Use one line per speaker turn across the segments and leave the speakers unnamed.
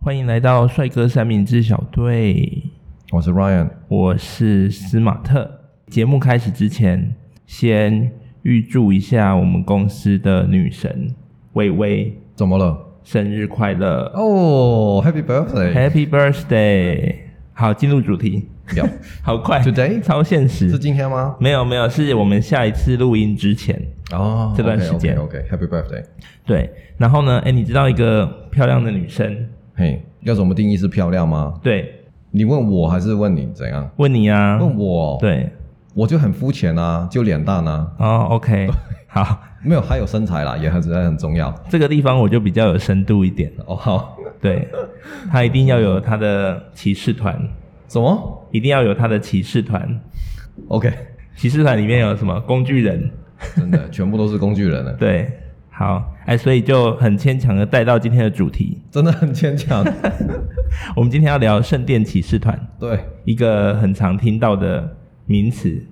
欢迎来到帅哥三明治小队，
我是 Ryan，
我是斯马特。节目开始之前，先预祝一下我们公司的女神薇薇
怎么了？
生日快乐、
哦、h a p p y
h
Birthday！
a p p y Birthday！好，进入主题，
有
好快
Today？
超现
是
实。
今天吗？
没有没有，是我们下一次录音之前。
哦，
这段时间
OK，Happy、Birthday！
对，然后呢？哎，你知道一个漂亮的女生？
嘿，要怎么定义是漂亮吗？
对，
你问我还是问你怎样？
问你啊。
问我，，
对，
我就很肤浅啊，就脸蛋啊，
哦，OK，好，
没有，还有身材啦，也很很重要。
这个地方我就比较有深度一点了。
哦，好，
对，他一定要有他的骑士团，
什么
一定要有他的骑士团。
？OK，
骑士团里面有什么工具人？
真 的，全部都是工具人了，
对，好，哎，所以就很牵强的带到今天的主题。
真的很牵 强。
我们今天要聊圣殿骑士团，
对，
一个很常听到的名词。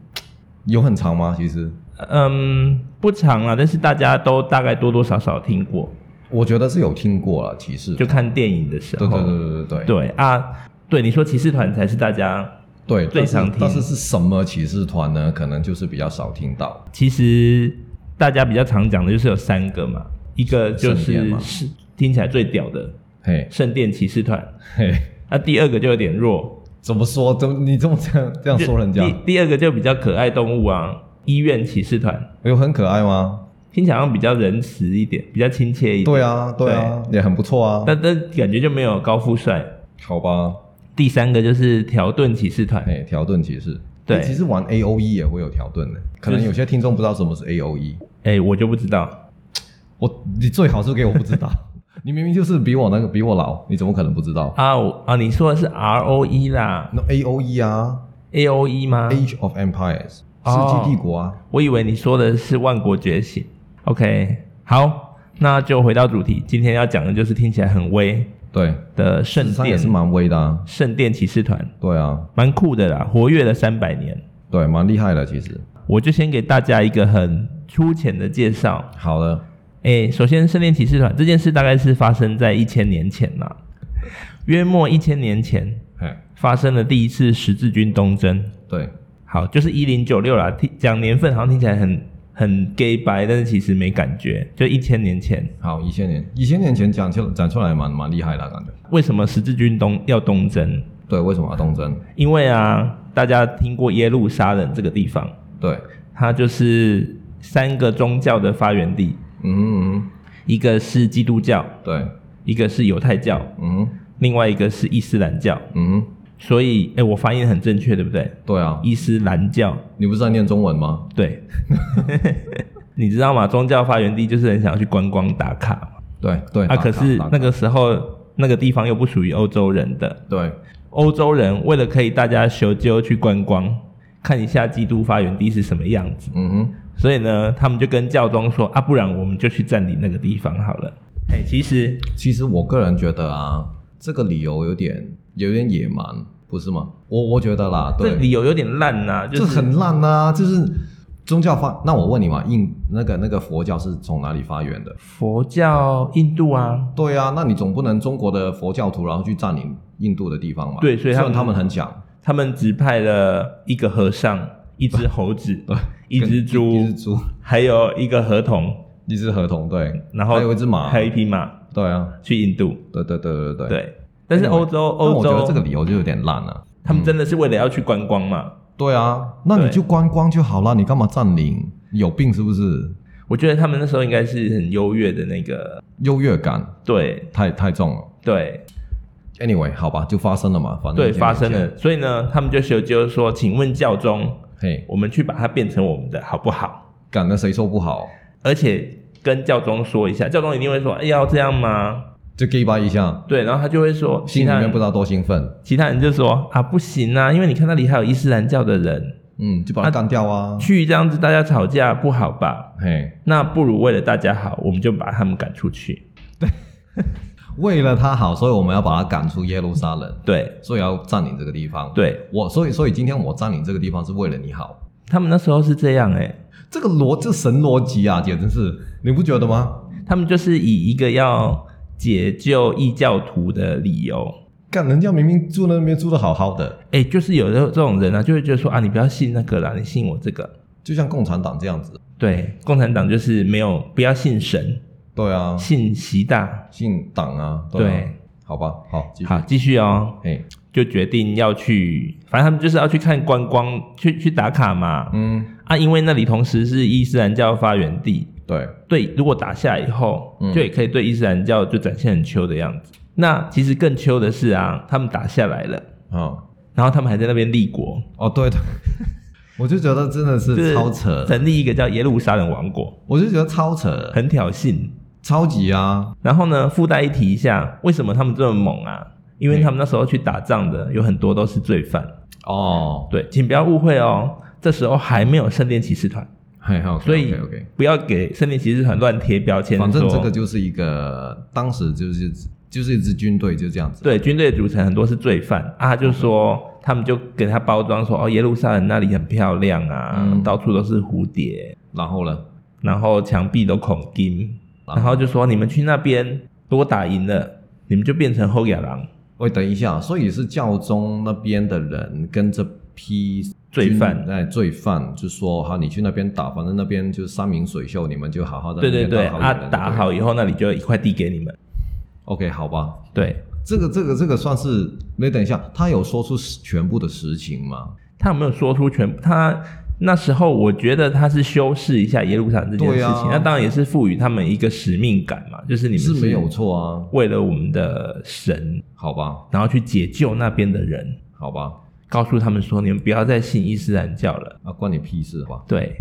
有很长吗？其实
嗯，不长啊，但是大家都大概多多少少听过，
我觉得是有听过了，提示。
就看电影的时
对
候。
对对对对对
对啊，对你说骑士团才是大家
对，
最
但是
常听
但是是什么骑士团呢？可能就是比较少听到。
其实大家比较常讲的就是有三个嘛，一个就
圣殿
是
嘛
是听起来最屌的
嘿，
圣殿骑士团，
嘿，
那第二个就有点弱，
怎么说？怎么你这么这样这样
就
说人家
第？第二个就比较可爱动物啊，医院骑士团
有哎很可爱吗？
听起来好像比较仁慈一点，比较亲切一点。
对啊，对啊，也很不错啊。
但但感觉就没有高富帅。
好吧，
第三个就是条顿骑士团，
嘿，条顿骑士。
对
欸其实玩 A O E 也会有条顿的，可能有些听众不知道什么是 A O E。
哎、我就不知道，
我，你最好是给我不 知道，你明明就是比我那个比我老，你怎么可能不知道？
啊我啊，你说的是 R O E 啦
那 A O E 啊
，A O E 吗？
，Age of Empires，
哦
世纪帝国啊。
我以为你说的是万国觉醒。OK，好，那就回到主题，今天要讲的就是听起来很威
对，
的圣
十三也
殿
是蛮威的啊。
圣殿骑士团，
对啊，
蛮酷的啦，活跃了三百年。
对，蛮厉害的，其实。
我就先给大家一个很粗浅的介绍。
好的，
诶，首先圣殿骑士团这件事大概是发生在一千年前啦，约莫一千年前
嘿，
发生了第一次十字军东征。
对，
好，就是一零九六啦。听讲年份好像听起来很很 gay 白，但是其实没感觉，就一千年前。
好，一千年，一千年前讲出讲出来蛮蛮厉害的感觉。
为什么十字军东要东征？
对，为什么要东征？
因为啊，大家听过耶路撒冷这个地方，
对，
它就是三个宗教的发源地，
嗯嗯，
一个是基督教，
对，
一个是犹太教，
嗯
另外一个是伊斯兰教。
嗯，
所以，哎、我发音很正确，对不对？
对啊，
伊斯兰教，
你不是在念中文吗？
对。 你知道吗？宗教发源地就是很想要去观光打卡嘛
对对，
啊，
打
可
卡
是
打卡
那个时候那个地方又不属于欧洲人的，
对
欧洲人为了可以大家修就去观光，看一下基督发源地是什么样子，
嗯哼，
所以呢，他们就跟教宗说啊，不然我们就去占领那个地方好了。哎、其实
其实我个人觉得啊，这个理由有点有点野蛮，不是吗？我我觉得啦，
这
对，
理由有点烂呐、就
这
是
很烂啊，就是宗教发。那我问你嘛，印那个那个佛教是从哪里发源的？
佛教印度啊，
对啊，那你总不能中国的佛教徒然后去占领印度的地方嘛？
对所以他
虽
们
然他们很强，
他们只派了一个和尚、一只猴 子、一只
跟一
猪
只，猪，
还有一个合同，
一只合同，对，
然后
还有一只马，
还有一匹马
对啊，
去印度。
对对对对对。
对，但是
Anyway，
欧洲
但
欧
我觉得
洲
这个理由就有点烂了。
他们真的是为了要去观光嘛？
对啊，那
对
你就观光就好了，你干嘛占领？有病是不是？
我觉得他们那时候应该是很优越的那个，
优越感
对
太太重了。
对
Anyway，好吧，就发生了嘛，反正
对，
一千
发生
年前。
了。所以呢，他们就修就是说，请问教宗，
嘿，
我们去把它变成我们的好不好？
干了谁说不好？
而且跟教宗说一下，教宗一定会说，哎、要这样吗？
就 gay 吧一下，
对，然后他就会说，
心
其
里
他
面不
人
知道多兴奋。
其他人就说啊，不行啊，因为你看那里还有伊斯兰教的人，
嗯，就把它干掉啊。
去这样子大家吵架不好吧？
嘿，
那不如为了大家好，我们就把他们赶出去。
为了他好，所以我们要把他赶出耶路撒冷，
对
所以要占领这个地方。，
对，
我所以所以今天我占领这个地方是为了你好，
他们那时候是这样哎、
这个逻这神逻辑啊，简直是你不觉得吗？
他们就是以一个要解救异教徒的理由。
干人家明明住那边住的好好的，
哎、就是有的这种人啊，就会觉得说啊，你不要信那个啦，你信我这个。
就像共产党这样子。
对，共产党就是没有不要信神，
对啊，
信习大。
姓党啊，啊
对，
好吧，好，继续，
好，继续哦，
哎，
就决定要去，反正他们就是要去看观光，去去打卡嘛。
嗯，
啊，因为那里同时是伊斯兰教发源地，
对，
对，如果打下以后，
嗯
就也可以对伊斯兰教就展现很秋的样子。那其实更秋的是啊，他们打下来了，
啊，
然后他们还在那边立国，
哦，对 的，我就觉得真的
就是
超扯，
成立一个叫耶路撒冷王国，
我就觉得超扯，
很挑衅。
超级啊，
然后呢，附带一提一下，为什么他们这么猛啊？因为他们那时候去打仗的有很多都是罪犯，
哦，
对，请不要误会哦。这时候还没有圣殿骑士团，
还好，
所以
OK，
不要给圣殿骑士团乱贴标签。
反正这
说
个就是一个当时就是就是一支军队就这样子，
对，军队的组成很多是罪犯啊，他就说他们就给他包装说哦，耶路撒冷那里很漂亮啊，
嗯
到处都是蝴蝶，
然后呢，
然后墙壁都孔金，
然
然后就说你们去那边，如果打赢了，你们就变成后亚郎
喂，等一下，所以是教宗那边的人跟这批
罪
军
犯。
哎，罪犯就说好，你去那边打，反正那边就是山明水秀，你们就好好的
对对对，啊，打好
赢。
以后那里就一块地给你们。
OK，好吧，
对
这个这个这个算是没等一下，他有说出实全部的实情吗？
他有没有说出全部？他那时候我觉得他是修饰一下耶路撒冷这件事
对
情，
啊
那当然也是赋予他们一个使命感嘛，就是你们
是没有错啊，
为了我们的神
好吧，
然后去解救那边的人，
好吧，
告诉他们说你们不要再信伊斯兰教了。
啊，关你屁事好吧？
对，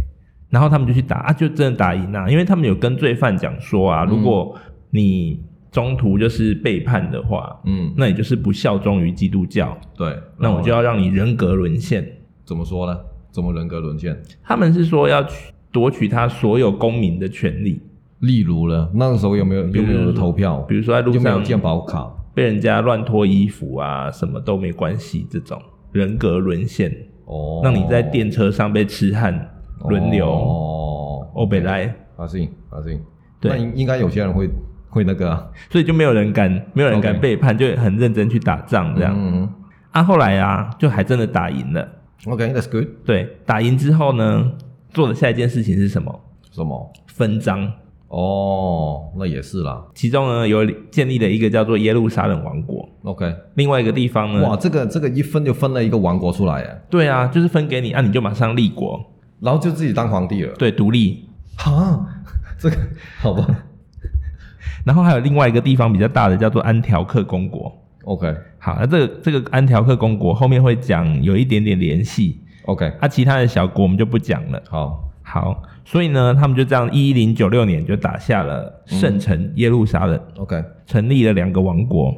然后他们就去打啊，就真的打赢啦、因为他们有跟罪犯讲说
嗯
啊，如果你中途就是背叛的话，
嗯，
那你就是不效忠于基督教，
对，
那我就
然后
要让你人格沦陷。
怎么说呢？怎么人格沦陷？
他们是说要去夺取他所有公民的权利，
例如呢，那个时候有没有
比
有
如
没有投票？
比如说在路
有没有
上
健保卡？
被人家乱脱衣服啊，什么都没关系，这种人格沦陷，
哦，
让你在电车上被痴汉轮流。
哦，
欧北来，
阿信，阿信，
对
那应应该有些人会会那个、啊，
所以就没有人敢，没有人敢
OK
背叛，就很认真去打仗这样。
嗯
啊，后来啊，就还真的打赢了。
，OK，that's、good，
对，打赢之后呢，做的下一件事情是什么？
什么？
分赃。
哦，那也是啦
其中呢，有建立了一个叫做耶路撒冷王国，
，OK，
另外一个地方呢，
哇，这个这个一分就分了一个王国出来耶，
对啊，就是分给你，啊，你就马上立国，
然后就自己当皇帝了，
对，独立。
哈， 这个好吧
然后还有另外一个地方比较大的，叫做安条克公国。
，OK
好，那这个这个安条克公国后面会讲有一点点联系，
OK，
啊，其他的小国我们就不讲了。
好，
好，所以呢，他们就这样一零九六年就打下了圣
嗯
城耶路撒冷，
，OK，
成立了两个王国。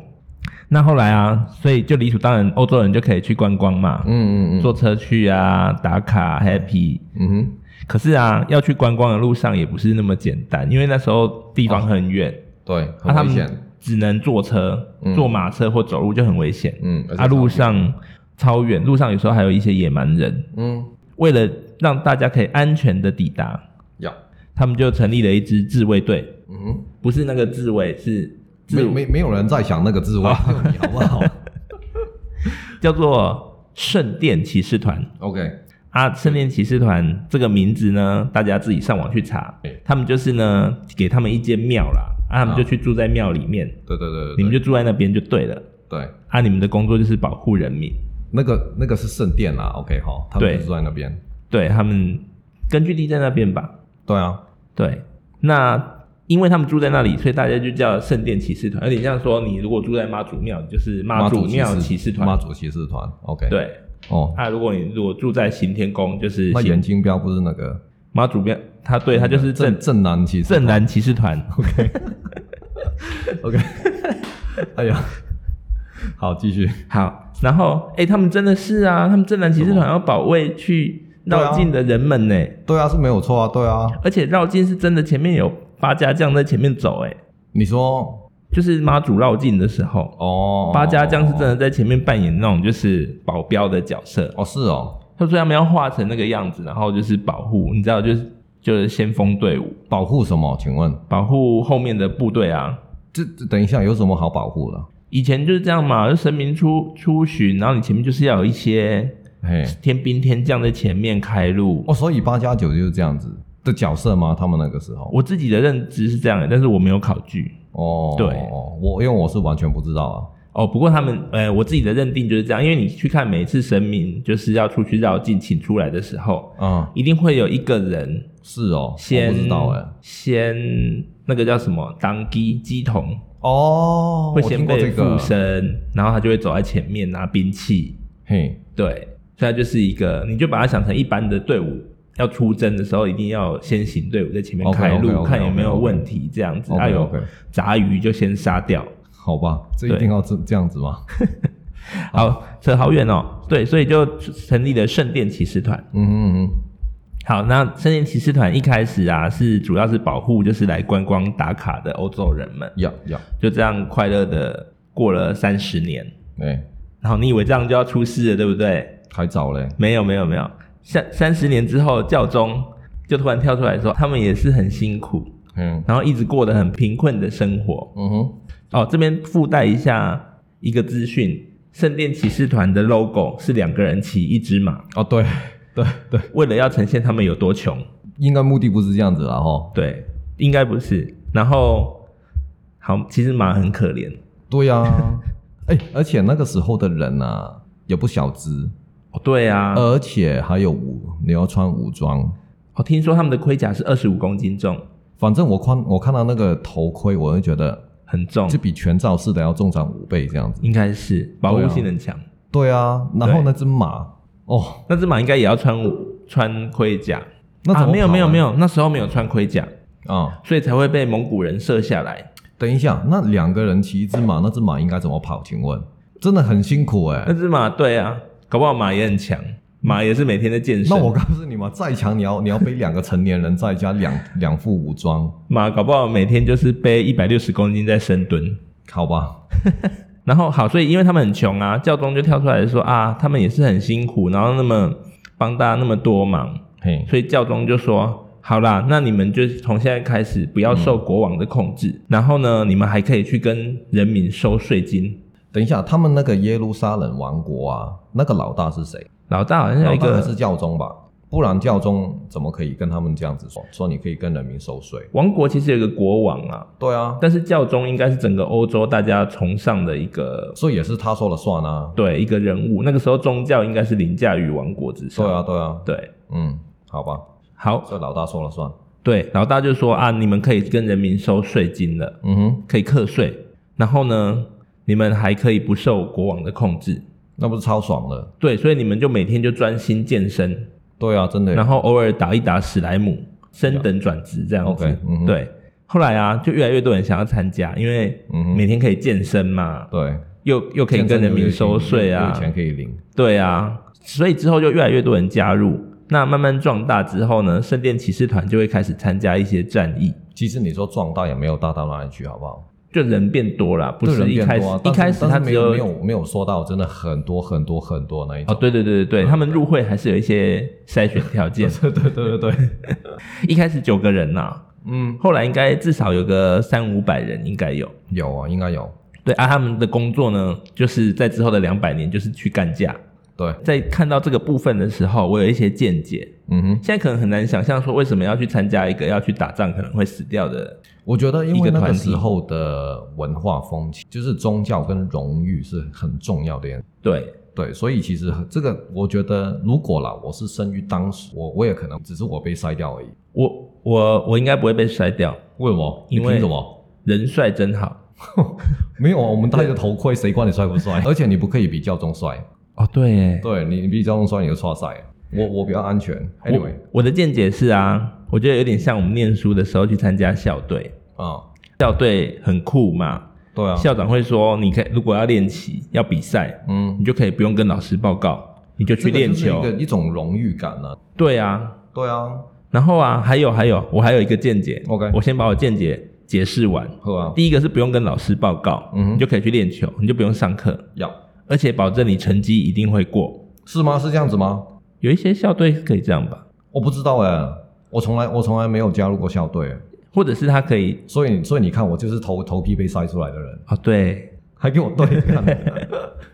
那后来啊，所以就理所当然，欧洲人就可以去观光嘛，
嗯嗯嗯，
坐车去啊，打卡 happy。
嗯哼，
可是啊，要去观光的路上也不是那么简单，因为那时候地方很远，
对，
啊他
哦很
们
危险，
只能坐车、
嗯
坐马车或走路就很危险。
嗯，而且
啊，路
超
上超远，路上有时候还有一些野蛮人。
级，嗯，
为了让大家可以安全的抵达，
要，
他们就成立了一支自卫队，
嗯哼，
不是那个自卫，是
没
自
没没有人在想那个滋味，啊只有你好不 好
叫做圣殿骑士团
？OK，
啊。圣殿骑士团这个名字呢，大家自己上网去查
对。
他们就是呢，给他们一间庙啦，啊，他们就去住在庙里面，
对对对对
你们
对，
就住在那边就对了。
对。
啊，你们的工作就是保护人民。
那个那个是圣殿啦，OK 好，他
对
们就住在那边。
对他们根据地在那边吧？
对啊，
对，那因为他们住在那里，所以大家就叫圣殿骑士团，有点像说你如果住在妈祖庙，你就是妈祖庙骑士
妈
团。
祖骑士团，OK。，
对，
哦，
啊，如果你如果住在行天宫，就是
那
行
严金标不是那个
妈祖庙，他对他就是正
嗯正正南骑士
正南骑士团。
，OK。哎呀，好，继续。
好，然后哎、诶他们真的是啊，他们正南骑士团要保卫去绕境的人们呢、
对啊，是没有错啊，对啊。
而且绕境是真的，前面有八家将在前面走、诶
你说
就是妈祖绕境的时候。
哦，
八家将是真的在前面扮演那种就是保镖的角色，
哦，是哦，
他说他们要画成那个样子，然后就是保护，你知道，就是就是先锋队伍，
保护什么？请问
保护后面的部队啊，
这这等一下有什么好保护的？
以前就是这样嘛，就神明出出巡，然后你前面就是要有一些
嘿，
天兵天将在前面开路。
哦，所以八加九就是这样子的角色吗？他们那个时候？
我自己的认知是这样的，但是我没有考据
哦，
对
哦我因为我是完全不知道啊。
哦。不过他们，呃，我自己的认定就是这样，因为你去看每次神明就是要出去绕境请出来的时候，
嗯，
一定会有一个人
是哦，
先
我不知道哎、
先那个叫什么当机鸡童，
哦，
会
我
先
听过
被
这
附
个，
身，然后他就会走在前面拿兵器，
嘿，
对，所以它就是一个，你就把它想成一般的队伍要出征的时候，一定要先行队伍在前面开路
OK，OK，OK，OK，
看有没有问题，这样子。
OK，
啊，有
OK
杂鱼就先杀掉。
好吧，这一
对
定要这这样子吗？
好，扯好远哦。对，所以就成立了圣殿骑士团。
嗯嗯嗯，
好，那圣殿骑士团一开始啊，是主要是保护就是来观光打卡的欧洲人们，
要要，
就这样快乐的过了三十年。
哎、
然后你以为这样就要出事了，对不对？
还早嘞，
没有没有没有，三三十年之后，教宗就突然跳出来说，他们也是很辛苦，
嗯
然后一直过得很贫困的生活。
嗯哼，
哦，这边附带一下一个资讯：圣殿骑士团的 logo 是两个人骑一只马，
哦对对对，
为了要呈现他们有多穷。
应该目的不是这样子啦哈。
对，应该不是。然后，好，其实马很可怜。
对呀、 哎、而且那个时候的人啊，也不小只，
哦，对啊，
而且还有武，你要穿武装。
我、哦听说他们的盔甲是二十五公斤重，
反正我看我看到那个头盔，我就觉得
很重
这，比全罩式的要重上五倍这样子。
应该是保护
对啊
性很强。
对啊，然后那只马，哦，
那只马应该也要穿武穿盔甲。
那怎
啊、
么、
没有没有没有，那时候没有穿盔甲，
啊、
所以才会被蒙古人射下来。
等一下，那两个人骑一只马，那只马应该怎么跑？请问，真的很辛苦哎、
那只马，对啊，搞不好马也很强，马也是每天在健身。
那我告诉你嘛，再强你要 你要背两个成年人，再加两两副武装，
马搞不好每天就是背一百六十公斤在深蹲。
好吧？
然后好，所以因为他们很穷啊，教宗就跳出来说啊，他们也是很辛苦，然后那么帮大家那么多忙，
嘿，
所以教宗就说：“好啦，那你们就从现在开始不要受国王的控制，
嗯
然后呢，你们还可以去跟人民收税金。
等一下，他们那个耶路撒冷王国啊，那个老大是谁？
老大好像有
老
一
大还
个
是教宗吧？不然教宗怎么可以跟他们这样子说？说你可以跟人民收税？
王国，其实有一个国王啊，
对啊，
但是教宗应该是整个欧洲大家崇尚的一个
所以也是他说了算啊。
对一个人物。那个时候宗教应该是凌驾于王国之上。
对啊，对啊，
对，
嗯，好吧，
好，
这老大说了算。
对，老大就说啊，你们可以跟人民收税金了，
嗯哼，
可以课税，然后呢，你们还可以不受国王的控制。
那不是超爽了？
对，所以你们就每天就专心健身，
对啊，真的耶。
然后偶尔打一打史莱姆，升等转职这样子。
OK，嗯哼
对，后来啊，就越来越多人想要参加，因为
嗯哼
每天可以健身嘛，
对，
又又可以跟人民收税
有
啊，
钱可以领。
对啊，所以之后就越来越多人加入。那慢慢壮大之后呢，圣殿骑士团就会开始参加一些战役，
其实你说壮大也没有大到哪里去，好不好？
就人变多了，不
对人
是一
变
开始、
多啊
一
但是
开始
但
他
是
只
没
有
没有没有说到真的很多很多很多那一
哦，
种。
对对对对对，他们入会还是有一些筛选条件，
嗯对对对对对，
一开始九个人呐、
嗯，
后来应该至少有个三五百人，应该有。
有啊，应该有。
对啊，他们的工作呢，就是在之后的两百年，就是去干架。
对，
在看到这个部分的时候，我有一些见解。
嗯哼，
现在可能很难想象说，为什么要去参加一个要去打仗可能会死掉的？
我觉得因
一个
为那
团
个
体
时候的文化风气，就是宗教跟荣誉是很重要的一件
对，
对，所以其实这个，我觉得如果啦，我是生于当时，我我也可能只是我被筛掉而已。
我我我应该不会被筛掉。
为什么？
因为
你凭什么？
人帅真好
没有啊，我们戴着头盔，谁管你帅不帅？而 且你不可以比教宗帅，
哦，对耶，
对你你比教宗帅你就错赛。我我比较安全。Anyway，
我我的见解是啊，我觉得有点像我们念书的时候去参加校队，
啊、
校队很酷嘛。
对啊，
校长会说，你可以如果要练习要比赛，
嗯，
你就可以不用跟老师报告，你就去练
这个
球。
就是一个一种荣誉感呢、啊。
对啊，
对啊，
然后啊，还有还有，我还有一个见解
OK
我先把我见解解释完。
喝啊，
第一个是不用跟老师报告，
嗯哼
你就可以去练球，你就不用上课，
要
而且保证你成绩一定会过。
是吗？是这样子吗？
有一些校队是可以这样吧，
我不知道哎、我从来我从来没有加入过校队、
或者是他可以
所以所以你看，我就是头头皮被筛出来的人，
啊、对，
还给我对干。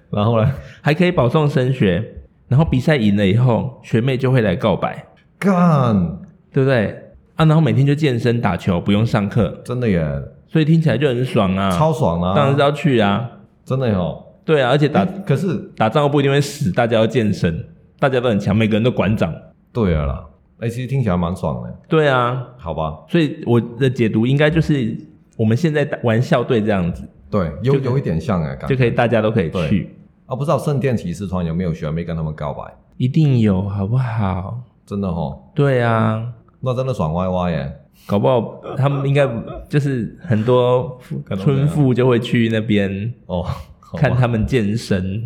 然后呢，
还可以保送升学，然后比赛赢了以后，学妹就会来告白，
干，
对不对？啊，然后每天就健身打球，不用上课，
真的耶，
所以听起来就很爽啊，
超爽啊！
当然是要去啊，
真的哦。
对啊，而且打、
打可是
打仗又不一定会死，大家要健身，大家都很强，每个人都馆长，
对了啦，哎、其实听起来蛮爽的，
对啊，
好吧？
所以我的解读应该就是我们现在打玩校队这样子，
对，有
就可以
有一点像哎，感
就
觉
可以大家都可以
对
去，
啊，不知道圣殿骑士团有没有学妹跟他们告白？
一定有好不好？
真的哦，
对啊，
那真的爽歪歪耶！
搞不好他们应该就是很多
可能这样
村妇就会去那边
哦，好吧
看他们健身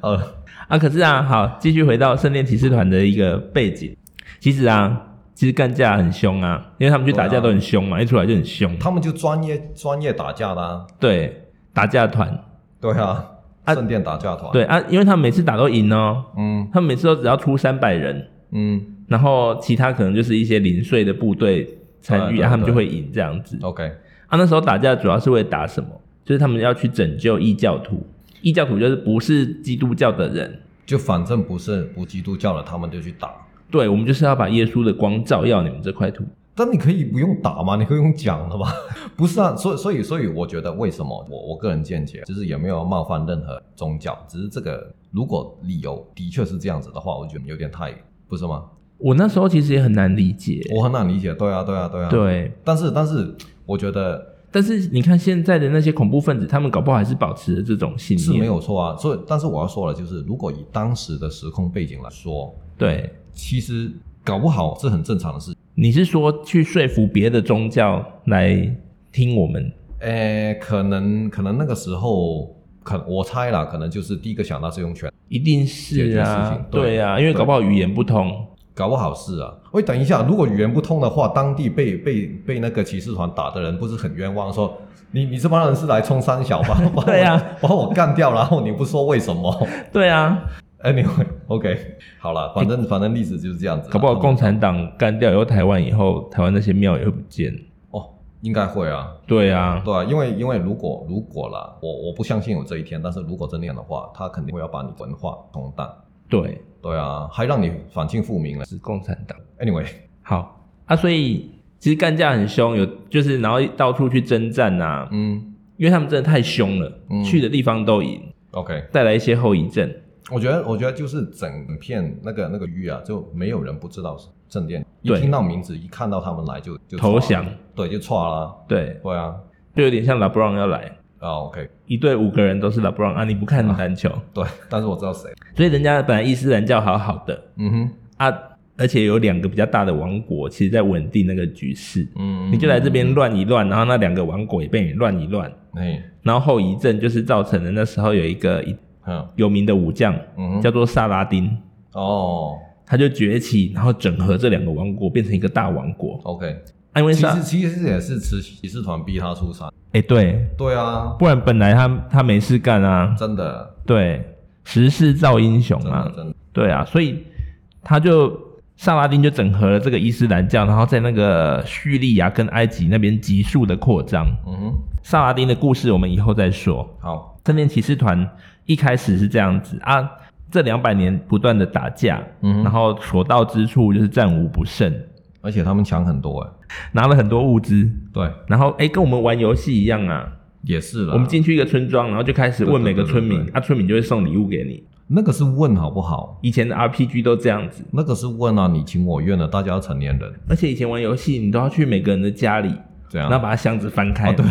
呃，
啊。可是啊，好，继续回到圣殿骑士团的一个背景。其实啊，其实干架很凶啊，因为他们去打架都很凶嘛，
哦
一出来就很凶。
他们就专业专业打架的、啊，
对，打架团，
对啊，
啊
圣殿打架团，，
对啊，因为他们每次打都赢哦，
嗯
他们每次都只要出三百人，
嗯
然后其他可能就是一些零碎的部队参与，
对
啊，他们
对
就会赢这样子。
，OK，
啊，那时候打架主要是为了打什么？就是他们要去拯救异教徒，异教徒就是不是基督教的人。
就反正不是不基督教了，他们就去打。
对，我们就是要把耶稣的光照耀你们这块土。
但你可以不用打嘛，你可以用讲的嘛。 不是啊，所以所以所以，我觉得为什么我我个人见解，就是也没有冒犯任何宗教，只是这个如果理由的确是这样子的话，我觉得有点太不是吗？
我那时候其实也很难理解，
我很难理解。对啊，对啊，对啊。。
对。
但是但是，我觉得
但是你看现在的那些恐怖分子，他们搞不好还是保持着这种信
是
念。
没有错啊。所以，但是我要说的就是，如果以当时的时空背景来说，
对，
其实搞不好是很正常的事。
你是说去说服别的宗教来听我们？
诶，可能可能那个时候，可我猜啦，可能就是第一个想到是用拳。
一定
解
是
决事
啊
情，对
对啊，因为搞不好语言不通，
搞不好是啊。喂，等一下，如果语言不通的话，当地被被被那个骑士团打的人不是很冤枉？说你你这帮人是来冲三小吧？把我
对啊，
把我干掉，然后你不说为什么
对啊，
？Anyway，OK，、好了，反正反正例子就是这样子啦。
搞不好
他们
共产党干掉以后台湾以后，台湾那些庙也会不见。
哦，应该会啊，
对啊，
对啊，因为因为如果如果啦，我我不相信有这一天，但是如果真那样的话，他肯定会要把你文化冲淡。
对，
对啊，还让你反清复明了。
是共产党。
Anyway，
好啊，所以其实干架很凶，有就是然后到处去征战啊，
嗯
因为他们真的太凶了，
嗯
去的地方都赢，
，OK，
带来一些后遗症。
我觉得，我觉得就是整片那个那个域啊，就没有人不知道是正殿。一
对
听到名字，一看到他们来就就
投
错了
降，
对，就错啦。
对，
对啊，
就有点像拉布朗要来，
啊 OK，
一队五个人都是拉布朗啊，你不看篮球，
对，但是我知道谁。
所以人家本来伊斯兰教好好的
嗯哼，
啊，而且有两个比较大的王国，其实在稳定那个局势。
嗯，
你就来这边
嗯，
乱一乱，然后那两个王国也被你乱一乱，
嘿，
然后后遗症就是造成了那时候有一个一
嗯
有名的武将
嗯
叫
哼，
做萨拉丁，
哦
他就崛起，然后整合这两个王国变成一个大王国。
，OK，
啊、因为
其
萨
实其实也是慈骑士团逼他出山。
哎、对，
对啊，
不然本来他他没事干啊，
真的，
对，时势造英雄
真的，
啊，
真的，
对啊，所以他就萨拉丁就整合了这个伊斯兰教，然后在那个叙利亚跟埃及那边急速的扩张。
嗯哼，
萨拉丁的故事我们以后再说。
好，
圣殿骑士团一开始是这样子啊，这两百年不断的打架，
嗯哼
然后所到之处就是战无不胜，
而且他们强很多哎，
拿了很多物资，
对，
然后哎，跟我们玩游戏一样啊，
也是了。
我们进去一个村庄，然后就开始问每个村民
对对对，
啊，村民就会送礼物给你。
那个是问好不好？
以前的 RPG 都这样子，
那个是问啊，你情我愿的，大家要成年人。
而且以前玩游戏你都要去每个人的家里，
这样
然后把他箱子翻
哦
开。对，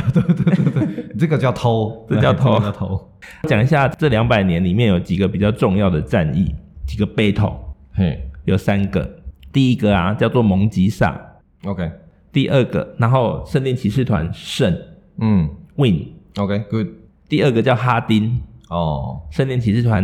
这个叫偷，
这叫偷
这个叫偷。
讲一下这两百年里面有几个比较重要的战役，几个 battle
嘿
有三个。第一个啊叫做蒙吉萨，
，OK，
第二个，然后圣殿骑士团胜
嗯
win，
，OK，good，、
第二个叫哈丁，
哦，
圣殿骑士团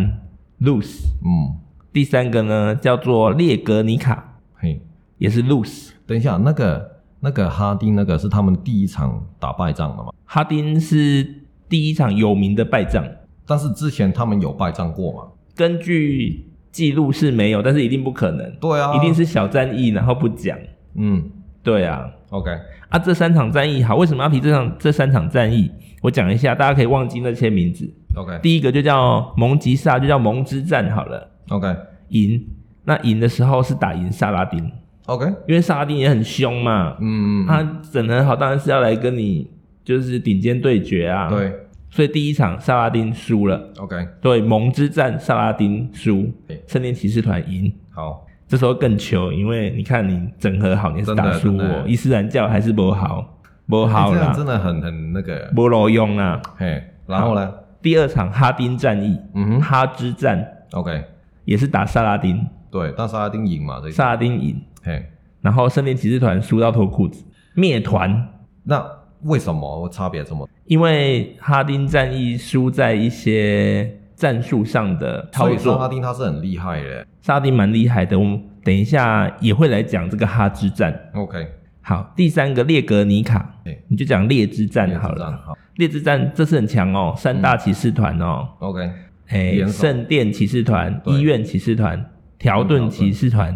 lose，
嗯，
第三个呢叫做列格尼卡，
嘿，
也是 lose。
等一下，那个那个哈丁那个是他们第一场打败仗的嘛？
哈丁是第一场有名的败仗，
但是之前他们有败仗过嘛？
根据记录是没有，但是一定不可能，
对啊，
一定，是小战役，然后不讲。
嗯，
对啊，
OK，
啊，这三场战役好，为什么要提这场这三场战役？我讲一下，大家可以忘记那些名字。
OK
第一个就叫蒙吉萨，就叫蒙之战好了，
OK
赢。那赢的时候是打赢萨拉丁，
OK，
因为萨拉丁也很凶嘛，
嗯，
他整得很好，当然是要来跟你就是顶尖对决啊。，
对
所以第一场萨拉丁输了，
，OK，
对，蒙之战萨拉丁输
对，
圣殿骑士团赢。
好，
这时候更糗，因为你看你整合好，你是
真的
打输
真的
我，伊斯兰教还是不好，不
哎
好
这
啦
样，真的很很那个，
不路用啊。
嘿，然后呢，
第二场哈丁战役，
嗯哼
哈之战
，OK，
也是打萨拉丁，
对，但是阿丁赢嘛，这个，
萨拉丁赢，
嘿，
然后圣殿骑士团输到脱裤子，灭团，
那为什么我差别这么？
因为哈丁战役输在一些战术上的
所
操
以萨拉
作，
丁他是很厉害的
萨拉丁蛮厉害的，我们等一下也会来讲这个哈之战。
，OK，
好，第三个列格尼卡
对，
你就讲列之战好
这
了
样。好
列之战这次很强哦，三大骑士团哦，
，OK，
哎、
嗯联手
圣殿骑士团、
对
医院骑士团、条顿骑士团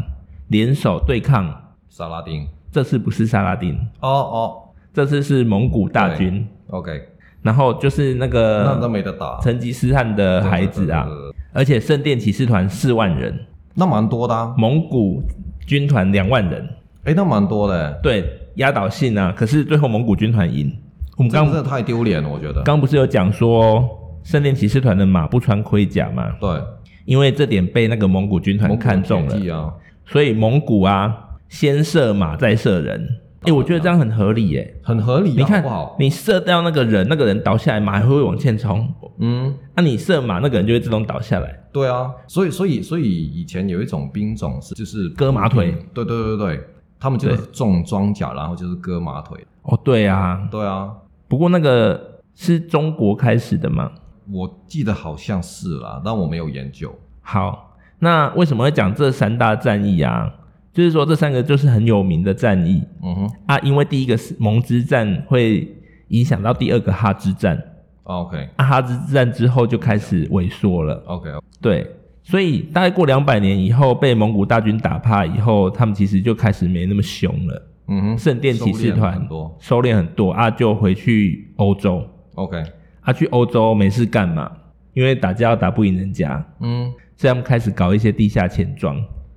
联手对抗。
萨拉丁，
这次不是萨拉丁，
哦哦
这次是蒙古大军，
，OK，
然后就是那
那那
个
没得打，
成吉思汗的呃孩子啊
对，，对对对对
而且圣殿骑士团四万人，
那蛮多的啊，
蒙古军团两万人，
哎，那蛮多的，
对，压倒性啊。可是最后蒙古军团赢。我们
这
刚
个真的太丢脸了，我觉得，
刚不是有讲说圣殿骑士团的马不穿盔甲吗？
对，
因为这点被那个蒙古军团看中了
蒙古铁，骑啊，
所以蒙古啊，先射马再射人。哎、我觉得这样很合理耶、
很合理啊，
你看
好不好，？
你射掉那个人，那个人倒下来，马还会往前冲。
嗯。
那、你射马，那个人就会自动倒下来。
对啊，所以所以所以以前有一种兵种是就是嗯
割马腿，
对对对对，他们就是
对
种装甲，然后就是割马腿。
哦，对啊，
对啊，
不过那个是中国开始的嘛。
我记得好像是啦，但我没有研究。
好，那为什么会讲这三大战役啊？就是说这三个就是很有名的战役
嗯哼
啊，因为第一个是蒙之战会影响到第二个哈之战，
，OK
啊、哈之战之后就开始萎缩了。
OK，
对，所以大概过两百年以后，被蒙古大军打怕以后，他们其实就开始没那么凶了。
嗯哼，
圣殿骑士
收敛
团
很多
收敛很多啊，就回去欧洲。
，OK，
啊，去欧洲没事干嘛？因为打架又打不赢人家，
嗯
所以他们开始搞一些地下钱庄，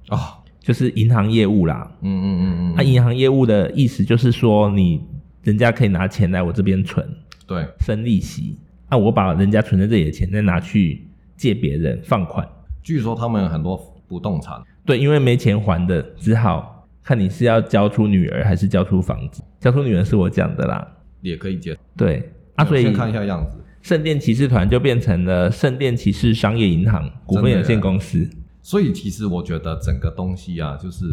啊，
就是银行业务啦。
嗯嗯嗯嗯，
啊，银行业务的意思就是说，你人家可以拿钱来我这边存，
对，
生利息。啊，我把人家存在这里的钱再拿去借别人放款。
据说他们有很多不动产，
对，因为没钱还的，只好看你是要交出女儿还是交出房子。交出女儿是我讲的啦，
也可以接。
对啊，
我
所以
先看一下样子。
圣殿骑士团就变成了圣殿骑士商业银行股份有限公司。
所以其实我觉得整个东西啊，就是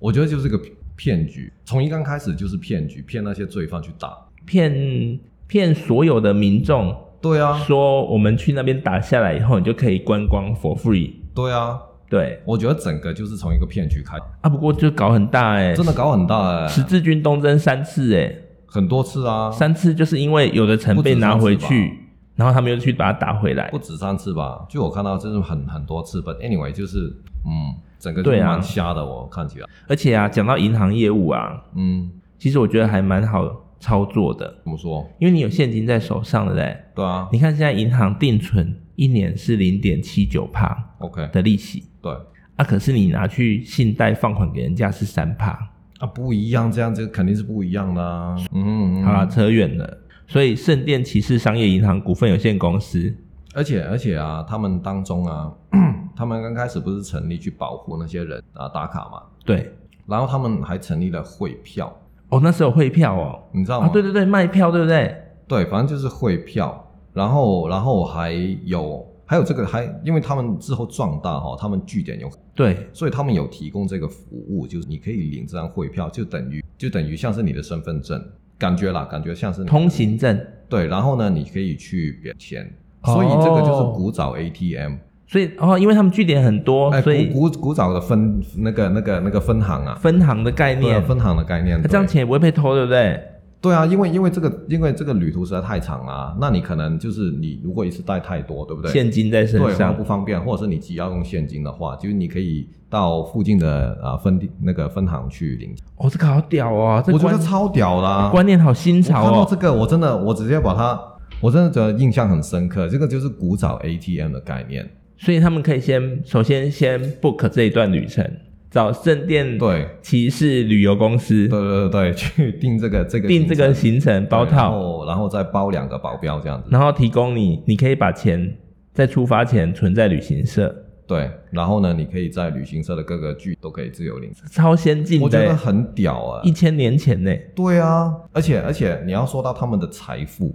我觉得就是个骗局，从一刚开始就是骗局，骗那些罪犯去打。
骗骗所有的民众
对啊，
说，我们去那边打下来以后，你就可以观光 for free。
对啊，
对
我觉得整个就是从一个骗局开，
啊，不过就搞很大哎、
真的搞很大哎、
十字军东征三次哎、
很多次啊，
三次就是因为有的城
不止
被拿
三次
回
吧
去，然后他们又去把它打回来
不。止三次吧？据我看到，就是很很多次。But anyway，就是嗯，整个就
对啊
蛮瞎的，我看起来，
而且啊，讲到银行业务啊，
嗯，
其实我觉得还蛮好操作的，
怎么说？
因为你有现金在手上，对不对？
对啊
你看现在银行定存一年是零点七九帕
，OK，
的利息，
对
啊，可是你拿去信贷放款给人家是三帕，
啊，不一样，这样这肯定是不一样的、啊。嗯嗯嗯
好啦，扯远了。所以圣殿骑士商业银行股份有限公司，
而且而且啊，他们当中啊， 他们刚开始不是成立去保护那些人啊打卡嘛，
对，
然后他们还成立了汇票，
哦，那时候有汇票哦，
你知道
啊，
吗？
对对对，卖票对不对？
对，反正就是汇票，然后然后还有还有这个还，因为他们之后壮大哈、他们据点有，
对，
所以他们有提供这个服务，就是你可以领这张汇票，就等于就等于像是你的身份证，感觉啦，感觉像是你
通行证，
对，然后呢，你可以去别钱，
哦
所以这个就是古早 ATM，
所以哦，因为他们据点很多，
哎、
所以
古古古早的分那个那个那个分行啊，
分行的概
对啊
念，
分行的概念，
那这样
对
钱也不会被偷，对不对？
对啊，因为因为这个因为这个旅途实在太长啊，那你可能就是你如果一次带太多，对不对？
现金在身
对，然后
上
不，方便，或者是你急要用现金的话，就是你可以到附近的啊、呃分地那个分行去领。
哦，这个好屌哦，这
我觉
观
得超屌啦、
观念好新
我看
潮
到这
哦，
个，我真的我直接把它，我真的觉得印象很深刻。这个就是古早 ATM 的概念。
所以他们可以先首先先 book 这一段旅程，找圣殿
对，
骑士旅游公司
对对对对，去 订这个这个
订这个
行
行
程
程包
对然
套，
后然后再包两个保镖这样子。
然后提供你，你可以把钱在出发前存在旅行社，
对，然后呢，你可以在旅行社的各个剧都可以自由领。
超先进
我觉
的
得
欸，
很屌啊！
一千年前呢，
对啊，而且而且你要说到他们的财富，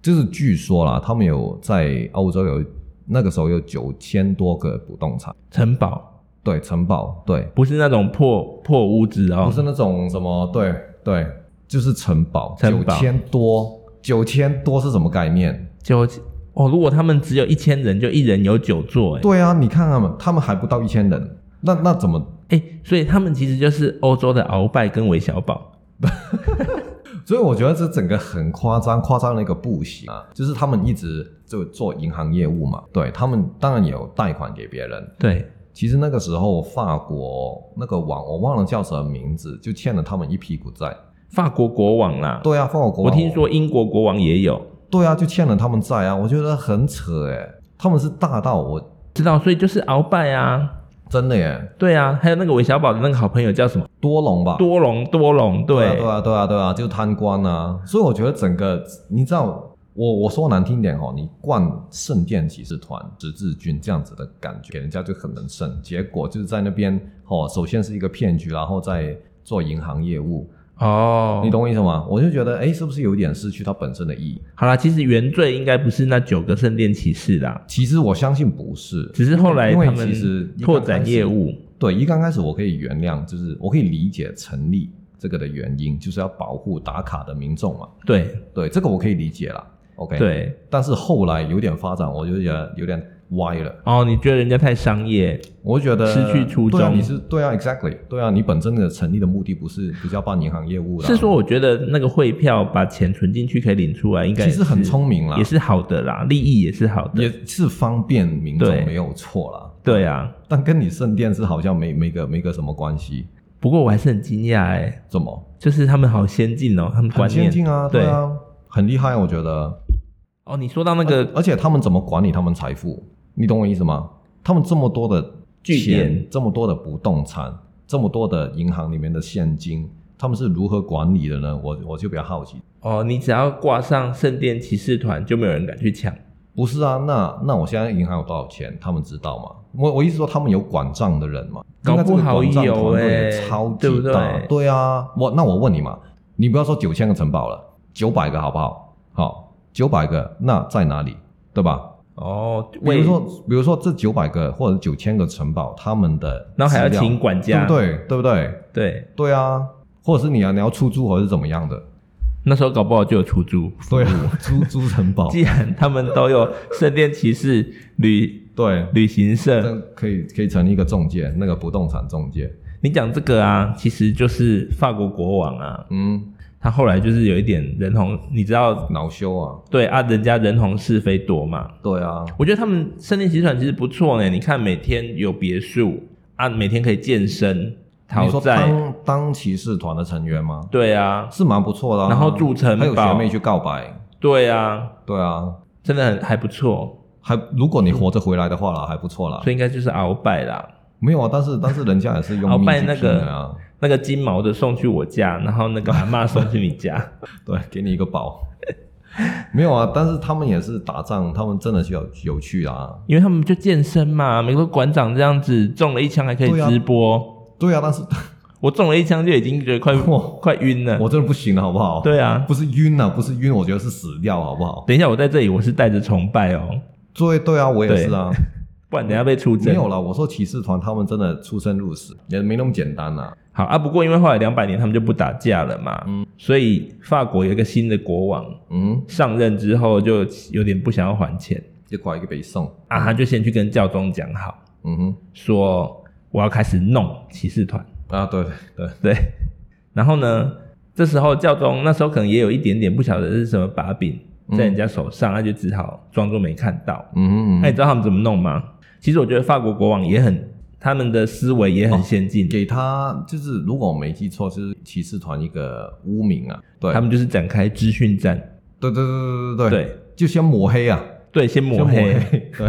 就是据说啦，他们有在欧洲有那个时候有九千多个不动产，
城堡
对，城堡，对，
不是那种破破屋子哦
不，是那种什么，对对，就是城堡，
城
九
堡
千多，九千多是什么概念？
就哦，如果他们只有一千人，就一人有九座，哎，
对啊，你看他们，他们还不到一千人，那那怎么？
哎，所以他们其实就是欧洲的鳌拜跟韦小宝，
所以我觉得这整个很夸张，夸张了一个不行啊！就是他们一直就做银行业务嘛，对他们当然也有贷款给别人，
对，
其实那个时候，法国那个王我忘了叫什么名字，就欠了他们一屁股债。
法国国王啦，
对啊，法国国
我
王
听说英国国王也有，
对啊，就欠了他们债啊，我觉得很扯哎、他们是大到我
知道，所以就是鳌拜啊，
真的耶，
对啊，还有那个韦小宝的那个好朋友叫什么？
多龙吧？
多隆，多隆，
啊对啊
对
对啊对啊对啊，就贪官啊。所以我觉得整个你知道，我我说难听点哦，你灌圣殿骑士团、十字军这样子的感觉，给人家就很能胜。结果就是在那边哦，首先是一个骗局，然后再做银行业务，
哦，
你懂我意思吗？我就觉得，哎，是不是有点失去它本身的意义？
好啦，其实原罪应该不是那九个圣殿骑士啦，
其实我相信不是，
只是后来
嗯因为
他
其实
们
一刚
拓展业
开始，
务。
对，一刚开始我可以原谅，就是我可以理解成立这个的原因，就是要保护打卡的民众嘛。
对
对，这个我可以理解啦。OK，，
对，
但是后来有点发展，我就觉得有点歪了。
哦，你觉得人家太商业？
我就觉得
失去初
对啊，
衷
你是对啊，exactly，对啊，你本身的成立的目的不是不是要办银行业务啦，
是说我觉得那个汇票把钱存进去可以领出来，应该
其实
也是
很聪明啦，
也是好的啦，利益也是好的。
也是方便民众
对
没有错啦。
对啊，
但跟你圣殿是好像没没个没个什么关系，
不过我还是很惊讶哎，
怎么？
就是他们好先进哦，他们
很
观
先
念
进啊，
对
对啊，很厉害，我觉得。
哦，你说到那个
而且他们怎么管理他们财富？你懂我意思吗？他们这么多的
据
钱
点，
这么多的不动产，这么多的银行里面的现金，他们是如何管理的呢？我我就比较好奇。
哦，你只要挂上圣殿骑士团，就没有人敢去抢。
不是啊，那那我现在银行有多少钱，他们知道吗？我我意思说，他们有管账的人嘛，
搞不好
应该这个管账
有
团队也
欸
超级大，
对不对
啊，我那我问你嘛，你不要说九千个城堡了，九百个好不好？好，九百个那在哪里，对吧？
哦，
比如
为
说，比如说这九百个或者九千个城堡，他们的
然后还要
资料
请管
对
家，
不对？对不对？
对，
对啊，或者是你啊，你要出租或者是怎么样的？
那时候搞不好就有出租。
对 啊，出租城堡，
哦既然他们都有圣殿骑士旅
对，
旅行社，
这可以可以成立一个中介，那个不动产中介。
你讲这个啊，其实就是法国国王啊，
嗯，
他后来就是有一点人红，你知道，
恼羞啊，
对啊，人家人红是非多嘛。
对啊，
我觉得他们圣殿骑士团其实不错呢，你看每天有别墅啊，每天可以健身、
你
讨
说
债，
当当骑士团的成员吗？
对啊，
是蛮不错的啊、
然后住城堡
还有学妹去告白，
对啊，
对啊，
真的很还不错，
还如果你活着回来的话啦，还不错啦
所。以应该就是鳌拜啦。
没有啊，但是但是人家也是用
鳌
命
哦拜
去
那
拼的
个
啊，
那个金毛的送去我家，然后那个阿嬷送去你家。
对，给你一个宝。 没有啊，但是他们也是打仗，他们真的是有有趣啊。
因为他们就健身嘛，美国馆长这样子中了一枪还可以
对啊
直播，
对啊，但是
我中了一枪就已经觉得快
哇。
快晕了
我真的不行了，好不好？，
对啊，
不是晕啊，不是晕，我觉得是死掉，好不好？
等一下我在这里我是带着崇拜哦，
对对啊，我也是啊。
不然等一下被出
没
征。
有啦，我说骑士团他们真的出生入死，也没那么简单啦。
好啊，不过因为后来两百年他们就不打架了嘛，
嗯
所以法国有一个新的国王
嗯，
上任之后就有点不想要还钱
一块一个北宋。
啊，他就先去跟教宗讲好，
嗯哼，
说我要开始弄骑士团。
啊，对对，
对，然后呢，这时候教宗那时候可能也有一点点不晓得是什么把柄在人家手上，他就只好装作没看到。
嗯
那、你知道他们怎么弄吗？其实我觉得法国国王也很，他们的思维也
哦
很先进，
给他就是，如果我没记错，是骑士团一个污名啊，对，
他们就是展开资讯战，
对对对对对
对，
就先抹黑啊，
对，先抹
先抹
黑，
黑，对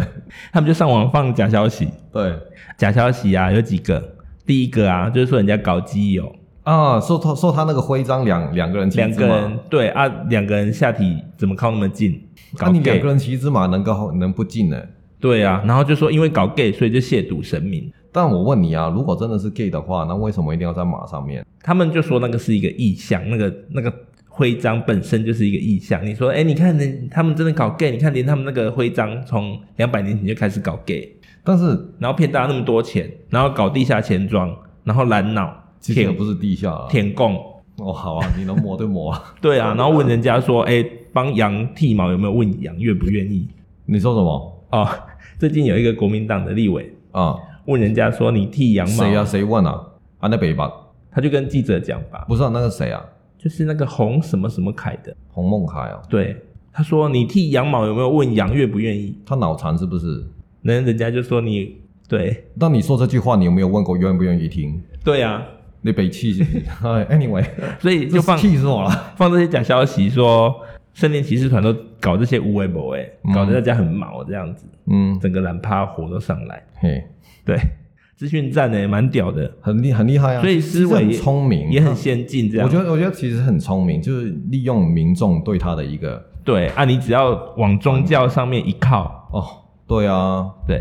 他们就上网放假消息，
对
假消息啊有几个，第一个啊就是说人家搞基友，
啊，说他说他那个徽章两两个人骑
两
子
个
嘛
人，对啊，两个人下体怎么靠那么近？
那、
搞
啊你
gay，、
两个人骑只马能够能不进呢、
对啊，然后就说因为搞 gay 所以就亵渎神明，
但我问你啊，如果真的是 gay 的话，那为什么一定要在马上面？
他们就说那个是一个意象，那个那个徽章本身就是一个意象。你说，哎、你看人他们真的搞 gay，你看连他们那个徽章从两百年前就开始搞 gay，
但是
然后骗大家那么多钱，然后搞地下钱庄，然后蓝脑
其实也
舔
不是地下啊。
舔供，
哦，好啊，你能抹就抹 啊。
对啊，然后问人家说，哎、帮羊剃毛有没有问羊愿不愿意？
你说什么
哦，最近有一个国民党的立委
啊？
问人家说你剃羊毛，
谁啊？谁问啊？啊，那北吧，
他就跟记者讲吧，
不是、啊、那个谁啊？
就是那个洪什么什么凯的，
洪孟凯啊，
对，他说你剃羊毛有没有问羊愿不愿意？
他脑残是不是？
然后人家就说你对
那你说这句话，你有没有问过愿不愿意听？
对啊，
你被气死 哎，anyway，
所以就
这
放
气死我了。
放这些假消息说。圣殿骑士团都搞这些无为不为，
嗯
搞得大家很毛这样子，
嗯，
整个蓝趴火都上来。
嘿，
对，资讯站呢、蛮屌的，
很厉很厉害啊，
所以思维
其实很聪明，
也很
他
先进这样。
我觉得，我觉得其实很聪明，就是利用民众对他的一个
对啊，你只要往宗教上面一靠，
哦，对啊，
对，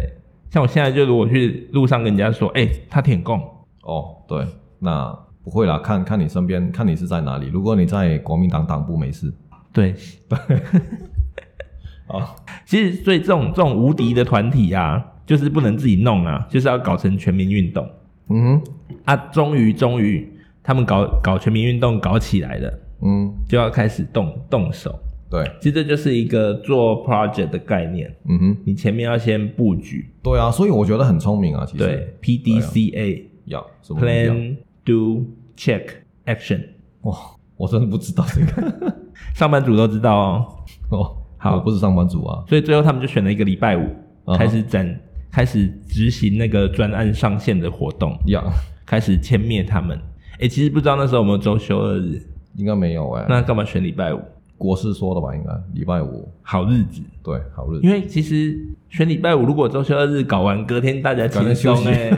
像我现在就如果去路上跟人家说，哎、他舔供，
哦，对，那不会啦，看看你身边，看你是在哪里。如果你在国民党党部没事，
对，
哦，
其实所以这种这种无敌的团体啊，就是不能自己弄啊，就是要搞成全民运动
嗯
啊。终于终于，他们搞搞全民运动搞起来了，
嗯，
就要开始动动手。
对，
其实这就是一个做 project 的概念，
嗯哼，
你前面要先布局，
对啊，所以我觉得很聪明啊，其实
对 PDCA、
呀，什么东西啊
Plan Do Check Action，
哇，我真的不知道这个
上班族都知道哦。
哦，
好
我不是上班族啊，
所以最后他们就选了一个礼拜五
嗯哼
开始展，开始执行那个专案上线的活动，
呀，
开始歼灭他们。诶，其实不知道那时候有没有周休二日，
应该没有哎、
那干嘛选礼拜五？
国师说的吧，应该礼拜五，
好日子，
对，好日子
因，为其实选礼拜五，如果周休二日搞完，隔天大家
搞
轻
天休
松
息
哎、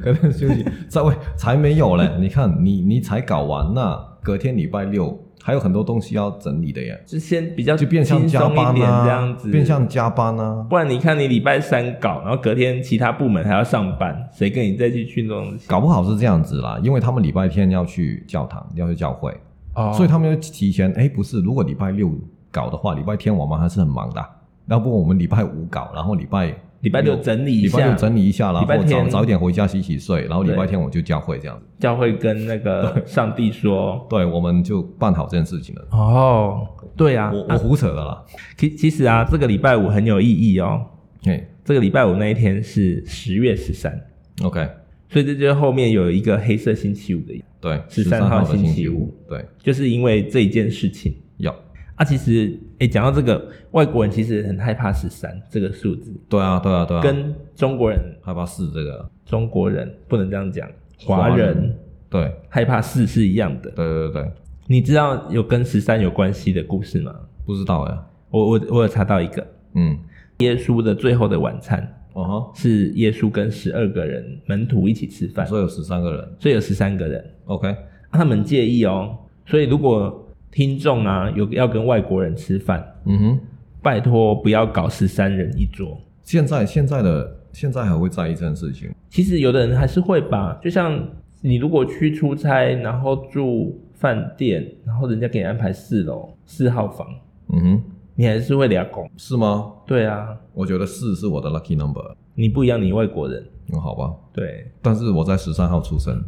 隔天休息，再喂，才没有嘞！你看，你你才搞完呐、隔天礼拜六还有很多东西要整理的耶，
就先比较
就变相
轻
加
松一
班
点
啊，
这样子，
变相加班啊。
不然你看你礼拜三搞，然后隔天其他部门还要上班，谁跟你再去去弄？
搞不好是这样子啦，因为他们礼拜天要去教堂，要去教会，
哦
所以他们就提前。哎，不是，如果礼拜六搞的话，礼拜天我们还是很忙的啊。要不我们礼拜五搞，然后礼拜
礼拜六整理一
礼拜
下
六，整理一下，然
礼拜
后早
天
早一点回家洗洗睡，然后礼
对
拜天我就教会这样子。
教会跟那个上帝说，
对，我们就办好这件事情了。
哦，对啊，
我我胡扯的啦，
其其实啊，这个礼拜五很有意义哦。
嘿
这个礼拜五那一天是十月十三，
，OK。
所以这就是后面有一个黑色星期五的，
对，
13号
号的
星期
期
五，
对，
就是因为这一件事情
要，
啊。其实，诶，讲到这个，外国人其实很害怕十三这个数字，
对啊，对啊，对啊，
跟中国人，
害怕四这个，
中国人不能这样讲，
华
华
人
人
对，
害怕四是一样的。
对对对对，
你知道有跟十三有关系的故事吗？
不知道哎，
我我我有查到一个，
嗯，
耶稣的最后的晚餐，
哦
是耶稣跟十二个人门徒一起吃
哈，
饭，
所以有十三个人
所以有十三个人，
，OK，
啊他们介意哦。所以如果听众啊有要跟外国人吃饭，
嗯哼，
拜托不要搞十三人一桌。
现在现在的现在还会在意这件事情，
其实有的人还是会吧，就像你如果去出差，然后住饭店，然后人家给你安排四楼四号房，
嗯哼，
你还是会俩拱。
是吗？
对啊，
我觉得四是我的 lucky number，
你不一样，你外国人，
嗯，好吧，
对，
但是我在十三号出生，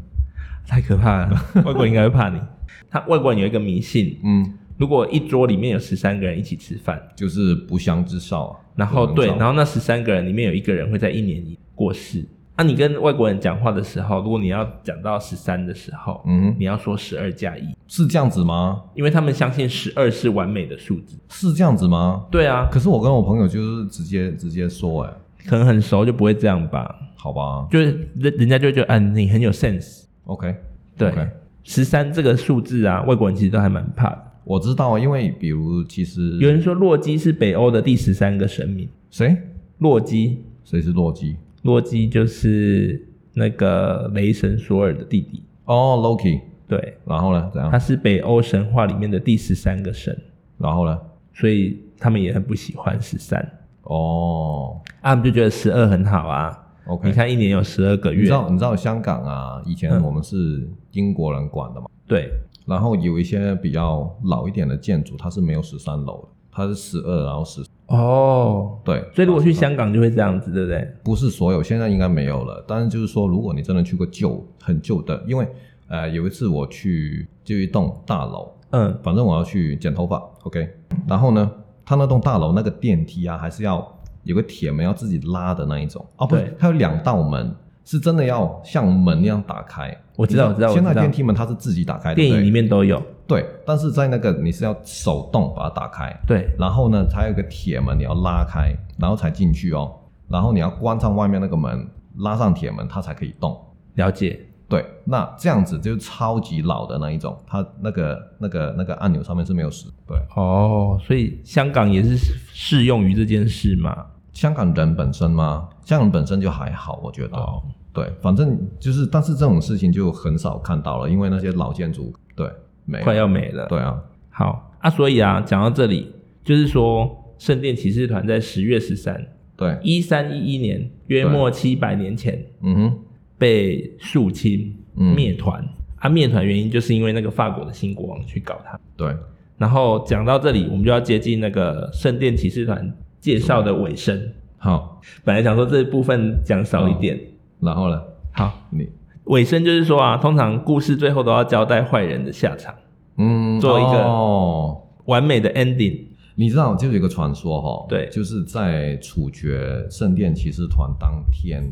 太可怕了，外国人应该会怕你。 他外国人有一个迷信，
嗯，
如果一桌里面有十三个人一起吃饭，
就是不祥之兆啊，
然后
不祥
对，
之兆
然后那十三个人里面有一个人会在一年一过世，啊，你跟外国人讲话的时候，如果你要讲到十三的时候，
嗯哼，
你要说十二加一，
是这样子吗？
因为他们相信十二是完美的数字。
是这样子吗？
对啊，
可是我跟我朋友就是直接直接说、哎，
可能很熟就不会这样吧，
好吧
就是人人家就会觉得，嗯、你很有 sense。
，OK，
对
OK，
十三这个数字啊，外国人其实都还蛮怕的。
我知道，因为比如其
有
实
人说洛基是北欧的第十三个神明，
谁
洛基，
谁是洛基？
洛基就是那个雷神索尔的弟弟，
哦、l o k i
对，
然后呢？怎样
他？是北欧神话里面的第十三个神，
然后呢？
所以他们也很不喜欢十三，
哦、
啊，他们就觉得十二很好啊。
o k
你看一年有十二个
你
月
知，道你知道香港啊，以前
嗯
我们是英国人管的嘛，
对，
然后有一些比较老一点的建筑，它是没有十三楼的，它是十二，然后十
哦，
对，
所以如果去香港就会这样子，对不对？
不是所有，现在应该没有了。但是就是说，如果你真的去过旧很旧的，因为呃有一次我去就一栋大楼，
嗯，
反正我要去剪头发，OK，然后呢，他那栋大楼那个电梯啊，还是要有个铁门要自己拉的那一种啊，不
对
是，它有两道门。是真的要像门一样打开，
我知道我知道我知
现
道
在电梯门它是自己打开的，
电
对
影里面都有，
对，但是在那个你是要手动把它打开，
对，
然后呢，它有个铁门你要拉开，然后才进去哦。然后你要关上外面那个门，拉上铁门，它才可以动。
了解，
对，那这样子就是超级老的那一种，它那个那个那个按钮上面是没有十。对，
哦，所以香港也是适用于这件事嘛？
香港人本身嘛，香港人本身就还好，我觉得。
哦，
对，反正就是，但是这种事情就很少看到了，因为那些老建筑，对，没有
快要没了。
对啊，
好啊，所以啊，讲到这里，就是说圣殿骑士团在十月十三，
对，
一三一一年，约莫七百年前
嗯哼，
被肃清
嗯
灭团、啊，灭团原因就是因为那个法国的新国王去搞他。
对，
然后讲到这里，我们就要接近那个圣殿骑士团介绍的尾声。
好，
本来想说这部分讲少一点，
然后呢，
好，
你
尾声就是说啊，通常故事最后都要交代坏人的下场，
嗯，
做一个
哦，
完美的 ending。
你知道，就有一个传说哈、哦，
对
就是在处决圣殿骑士团当天，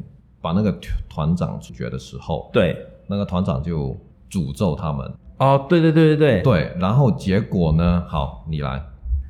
把那个团长处决的时候，
对，
那个团长就诅咒他们，
哦，对对对对对，
对，然后结果呢？好，你来，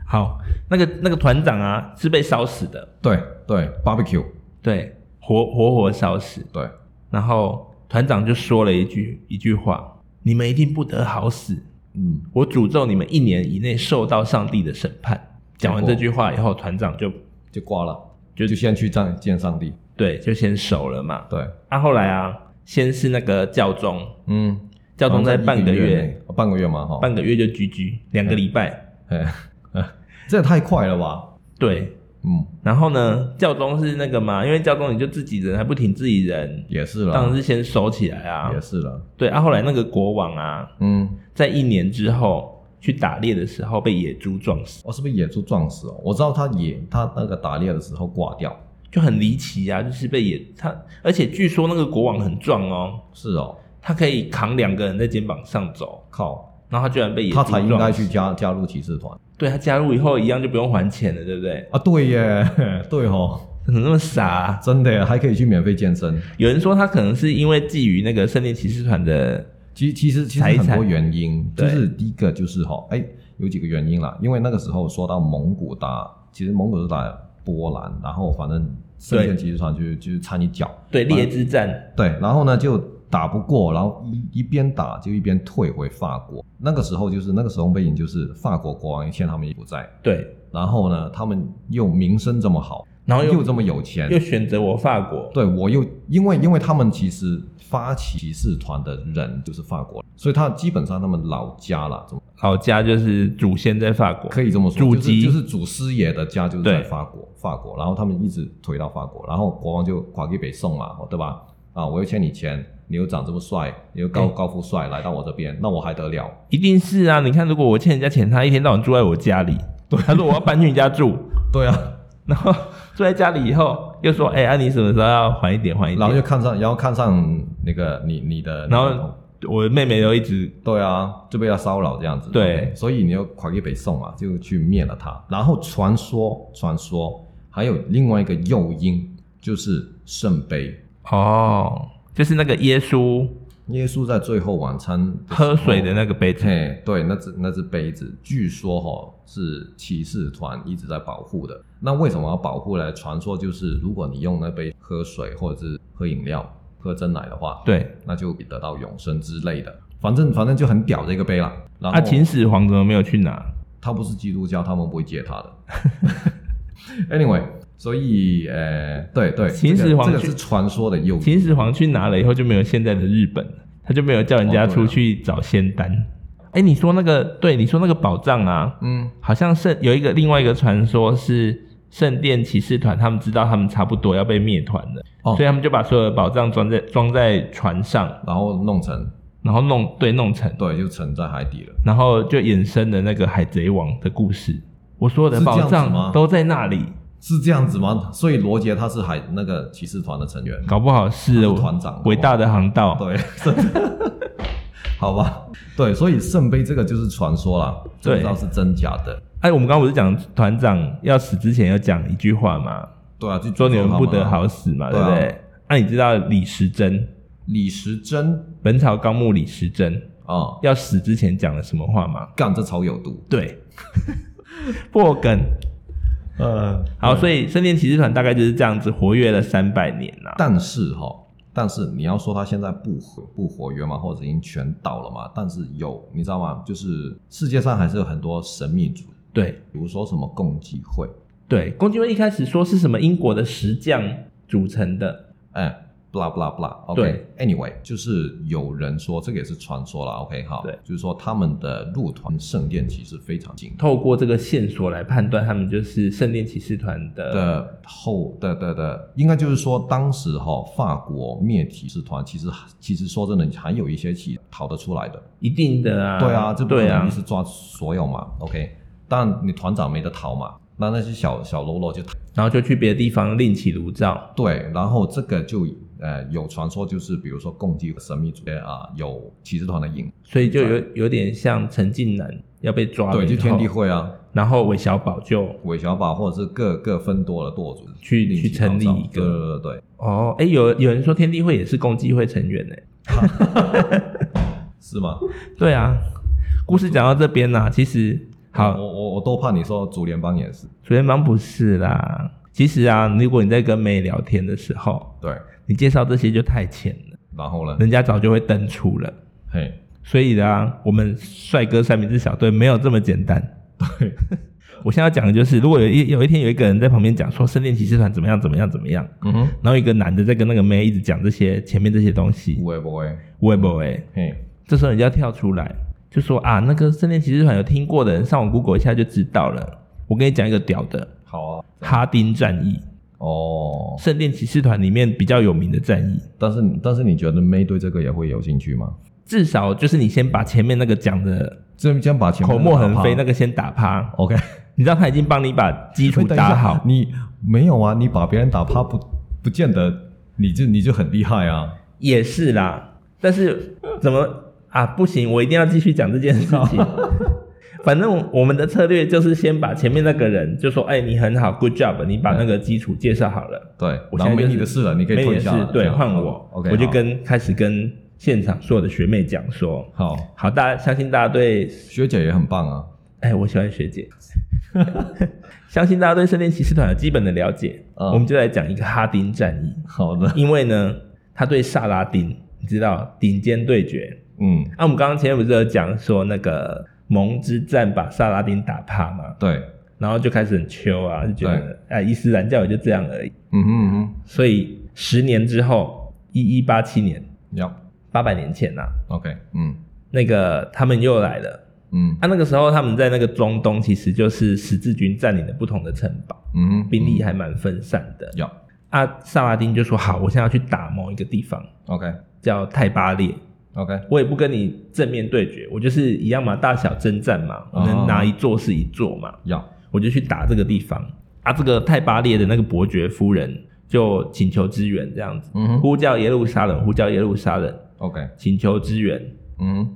好，那个那个团长啊是被烧死的，
对对，barbecue，
对，活活活烧死。
对，
然后团长就说了一句一句话：“你们一定不得好死，
嗯，
我诅咒你们一年以内受到上帝的审判。”讲完这句话以后，团长就
就挂了，
就
就就先去见见上帝，
对就先熟了嘛。
对，
啊，后来啊，先是那个教宗，
嗯，
教宗在半个
一月
月
内，哦半个月嘛，哈，
半个月就居居两个礼拜，
哎，哎 这也太快了吧，
对。
嗯，
然后呢，教宗是那个嘛，因为教宗你就自己人还不挺自己人，
也是啊
当然
了，
是先收起来啊
也。是了，
对啊，后来那个国王啊，
嗯，
在一年之后去打猎的时候被野猪撞死，
哦，是不是野猪撞死哦？我知道他野他那个打猎的时候挂掉，
就很离奇啊，就是被野他，而且据说那个国王很壮哦，
是哦，
他可以扛两个人在肩膀上走，
靠，
然后他居然被野猪
他
撞死，
才应该去加加入骑士团
对他加入以后一样就不用还钱了，对不对？
啊！对耶， 对哦，
怎么那么傻啊、
真的耶，还可以去免费健身。
有人说他可能是因为觊觎那个圣殿骑士团的，
其其实其实
财产
很多原因，就
对
是第一个就是哈、哎，有几个原因啦，因为那个时候说到蒙古打，其实蒙古是打波兰，然后反正圣
对
剑骑士团就是就是掺一脚，
对猎之战，
对，然后呢就打不过，然后一一边打就一边退回法国。那个时候就是那个时候背景就是法国国王欠他们也不在，
对，
然后呢他们又名声这么好，
然后又
又这么有钱
又，选择我法国，
对我又因为因为他们其实发起骑士团的人就是法国，所以他基本上他们老家啦，怎么
老家就是祖先在法国，
可以这么说，
祖
就是
籍
就是祖师爷的家就是在
对
法国，法国，然后他们一直推到法国，然后国王就垮给北宋嘛，对吧？啊，我又欠你钱，你又长这么帅，你又高、
对
高富帅来到我这边，那我还得了？
一定是啊！你看，如果我欠人家钱，他一天到晚住在我家里，他说我要搬去你家住，
对啊，
然后 住在家里以后又说，哎、安、妮你什么时候要还一点还一
然后
点？
就看上，然后看上那个你你的，
然后我妹妹都一直
对啊，就被他骚扰这样子。
对
OK，所以你要快给北宋嘛，啊就去灭了他。然后传说，传说还有另外一个诱因，就是圣杯。
哦，就是那个耶稣
耶稣在最后晚餐
喝水的那个杯子，
嘿，对，那只那只杯子，据说哈、是骑士团一直在保护的。那为什么要保护呢？传说就是如果你用那杯喝水或者是喝饮料、喝真奶的话，，
对。
那就得到永生之类的。反正反正就很屌这个杯啦。然后、
啊，秦始皇怎么没有去拿？
他不是基督教，他们不会接他的。anyway，所以呃，对对，
秦始皇
这个、这
去
个是传说的诱因。
秦始皇去拿了以后就没有现在的日本了，他就没有叫人家
哦对啊
出去找仙丹。哎、你说那个，对，你说那个宝藏啊，
嗯，
好像圣有一个另外一个传说是圣殿骑士团，他们知道他们差不多要被灭团了，
哦
所以他们就把所有的宝藏装在装在船上，
然后弄成
然后弄对弄成，
对，就沉在海底了。
然后就衍生了那个海贼王的故事。我所有的
是这样
宝
子
藏
吗
都在那里，
是这样子吗？所以罗杰他是海那个骑士团的成员，
搞不好是
他是团长
伟大的航道。
对， 真的好吧，对，所以圣杯这个就是传说啦，不
对
知道是真假的。
哎，我们刚刚不是讲团长要死之前要讲一句话嘛，
对啊，就
说你们不得
诅咒他们
好
啊。
死嘛，对
对
不
啊
对？那、你知道李时珍，《
李时珍
本草纲目》李时珍
啊，
要死之前讲了什么话吗？
干这草有毒。
对， 破梗。
嗯，
好，所以圣殿骑士团大概就是这样子活跃了三百年啦、
但是哈、但是你要说他现在不活不活跃嘛，或者已经全倒了嘛？但是有，你知道吗？就是世界上还是有很多神秘组，
对
比如说什么共济会，
对，共济会一开始说是什么英国的石匠组成的，
哎，blah blah blah，OK、
对
Anyway，就是有人说这个也是传说了，OK 好，
对
就是说他们的入团圣殿其实非常紧
透过这个线索来判断他们就是圣殿骑士团的。
的后的的的，应该就是说当时哈、法国灭骑士团其实其实说真的还有一些骑逃得出来的，
一定的啊，
对啊，这不可
对啊
能，是抓所有嘛，OK，但你团长没得逃嘛，那那些小小喽啰就
然后就去别的地方另起炉灶。
对，然后这个就呃有传说就是比如说共济神秘组织啊、有骑士团的影，
所以就有有点像陈近南要被抓了
对，
以
就天地
后，
会啊。
然后韦小宝就
韦小宝或者是各各分多的舵主
去
另起
去成立
号召
一
对
个
对对对，
哦，哎，有有人说天地会也是共济会成员呢、欸
是吗？
对啊，故事讲到这边啦、其实好，
我我我都怕你说竹联帮也是，
主联帮不是啦。其实啊，如果你在跟妹聊天的时候，
对，
你介绍这些就太浅了，
然后呢？
人家早就会登出了。
嘿，
所以啊，我们帅哥三明治小队没有这么简单。
对，
我现在要讲的就是，如果有一有一天有一个人在旁边讲说圣殿骑士团怎么样怎么样怎么样，
嗯哼，
然后一个男的在跟那个妹一直讲这些前面这些东西，
会不会？
喂不喂？
嘿，
这时候你就要跳出来，就说啊，那个圣殿骑士团有听过的人上网 Google 一下就知道了。我跟你讲一个屌的，
好啊，
哈丁战役，
哦，
圣殿骑士团里面比较有名的战役。
但是你但是你觉得妹对这个也会有兴趣吗？
至少就是你先把前面那个讲的
这先把前面
口沫横飞那
个
个先打趴
打，趴 OK，
你知道他已经帮你把基础
哎喂等一下
打好。
你没有啊？你把别人打趴不不见得你就你就很厉害啊。
也是啦，但是怎么啊？不行，我一定要继续讲这件事情。
哦
反正我们的策略就是先把前面那个人就说：“哎、你很好，good job，你把那个基础介绍好了。
对，
我现
然
在
后没
就是
你的事了，你可以
没你
退
的
下
事
了，这
对，
样哦
换我。
OK，
我就
好
跟开始跟现场所有的学妹讲说：“
好，
好，大家相信大家对，
学姐也很棒啊。
哎，我喜欢学 姐，相信大家对圣殿骑士团有基本的了解。
嗯
我们就来讲一个哈丁战役，
好的，
因为呢，他对萨拉丁，你知道顶尖对决， 啊
嗯，
那、我们刚刚前面不是有讲说那个盟之战把萨拉丁打趴嘛，
对，
然后就开始很秋啊，就觉得哎，伊斯兰教也就这样而已。
嗯哼嗯哼，
所以十年之后，一一八七年，
要
八百年前呐、啊，
OK，嗯
那个他们又来了。
嗯
啊，那个时候他们在那个中东，其实就是十字军占领了不同的城堡，
嗯哼，
兵力还蛮分散的。
要
啊，萨拉丁就说：“好，我现在要去打某一个地方，
OK
叫泰巴列。”
OK，
我也不跟你正面对决，我就是一样嘛，大小征战嘛，
哦
我能拿一座是一座嘛，
要
我就去打这个地方啊。这个泰巴列的那个伯爵夫人就请求支援，这样子
嗯哼
呼叫耶路撒冷，呼叫耶路撒冷，
OK，
请求支援
嗯哼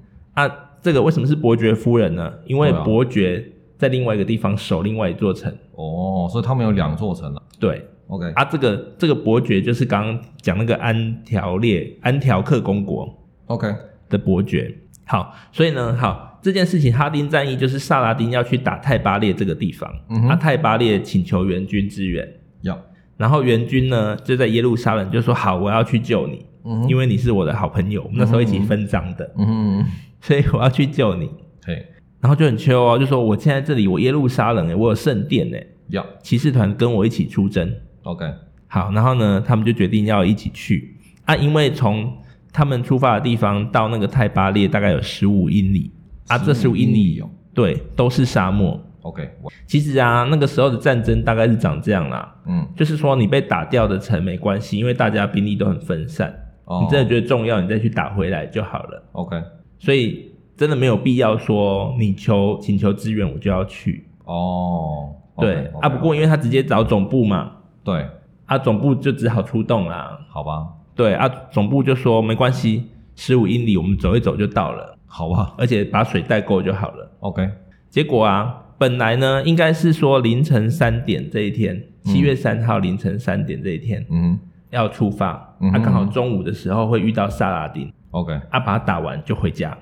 啊。这个为什么是伯爵夫人呢？因为
对啊
伯爵在另外一个地方守另外一座城，
哦，所以他们有两座城了，
对，
OK，
啊，这个这个伯爵就是刚刚讲那个安条列安条克公国，
OK，
的伯爵。好，所以呢，好这件事情，哈丁战役就是萨拉丁要去打泰巴列这个地方，
嗯哼
啊，泰巴列请求援军支援，
要，
然后援军呢就在耶路撒冷就说好，我要去救你，
嗯哼
因为你是我的好朋友，我们那时候一起分赃的，
嗯哼，
所以我要去救你。
嘿，
然后就很秋哦，就说我现在这里，我耶路撒冷诶，我有圣殿诶，
要
骑士团跟我一起出征。
，OK，
好，然后呢，他们就决定要一起去啊，因为从他们出发的地方到那个泰巴列大概有十五英里啊，这十五英里
哦
对都是沙漠。
，OK，我
其实啊，那个时候的战争大概是长这样啦，
嗯，
就是说你被打掉的城没关系，因为大家兵力都很分散，
哦
你真的觉得重要，你再去打回来就好了。
OK，
所以真的没有必要说你求请求支援我就要去，
哦，
对啊。不过因为他直接找总部嘛，
对，
啊总部就只好出动啦，
好吧，
对啊，总部就说没关系，十五英里我们走一走就到了，
好吧
而且把水带够就好了。
，OK，
结果啊，本来呢应该是说凌晨三点这一天，七月三号凌晨三点这一天、
嗯
要出发，
嗯
啊
哼
刚好中午的时候会遇到萨拉丁，
，OK，OK，
啊把他打完就回家，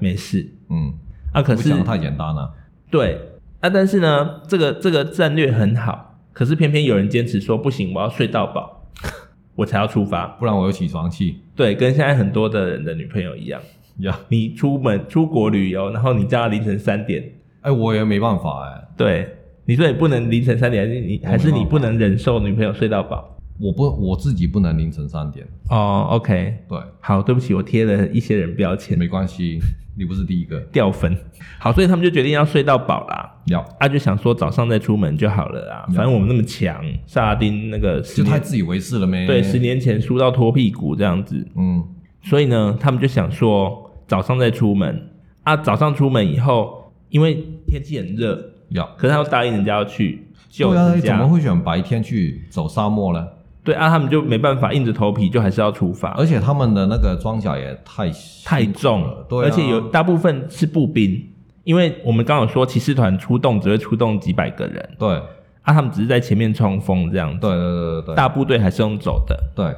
没事。
嗯，
啊可
不
是
想太简单了，
对啊，但是呢这个这个战略很好，可是偏偏有人坚持说不行，我要睡到饱， 我才要出发。
不然我有起床气，
对，跟现在很多的人的女朋友一样。
呀，
你出门出国旅游，然后你叫他凌晨三点，
哎，我也没办法哎，
对，你说你不能凌晨三点，还是你
我没
还是你
办法
不能忍受女朋友睡到饱？
我不我自己不能凌晨三点，
哦，OK，
对，
好，对不起，我贴了一些人标签，
没关系，你不是第一个，
掉分。好，所以他们就决定要睡到饱啦。
要，
啊，就想说早上再出门就好了啦，
嗯
反正我们那么强，萨拉丁那个十
就太嗯
年
自以为是了没？
对十年前输到脱屁股这样子，
嗯，
所以呢，他们就想说早上再出门。啊，早上出门以后，因为天气很热，
要。
可是他又答应人家要去救
对啊，
人
怎
家，
么会选白天去走沙漠呢？
对啊，他们就没办法，硬着头皮就还是要出发，
而且他们的那个装甲也太
啊太重
了
了，，
对啊、
而且有大部分是步兵，因为我们刚刚有说骑士团出动只会出动几百个人，
对
啊，他们只是在前面冲锋这样子，
对对对对对
大部队还是用走的，
对，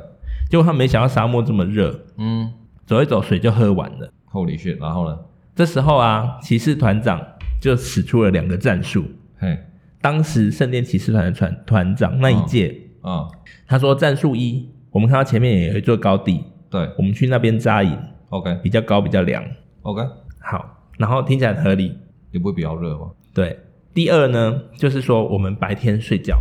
结果他们没想到沙漠这么热，
嗯，
走一走水就喝完了。
厚礼血，然后呢？
这时候啊，骑士团长就使出了两个战术。
嘿，
当时圣殿骑士团的团团长那一届，
啊、
他说战术一，我们看到前面有一座高地，
对
我们去那边扎营，
，OK
比较高，比较凉。
OK，
好，然后听起来很合理。
你不会比较热吗？
对，第二呢，就是说我们白天睡觉，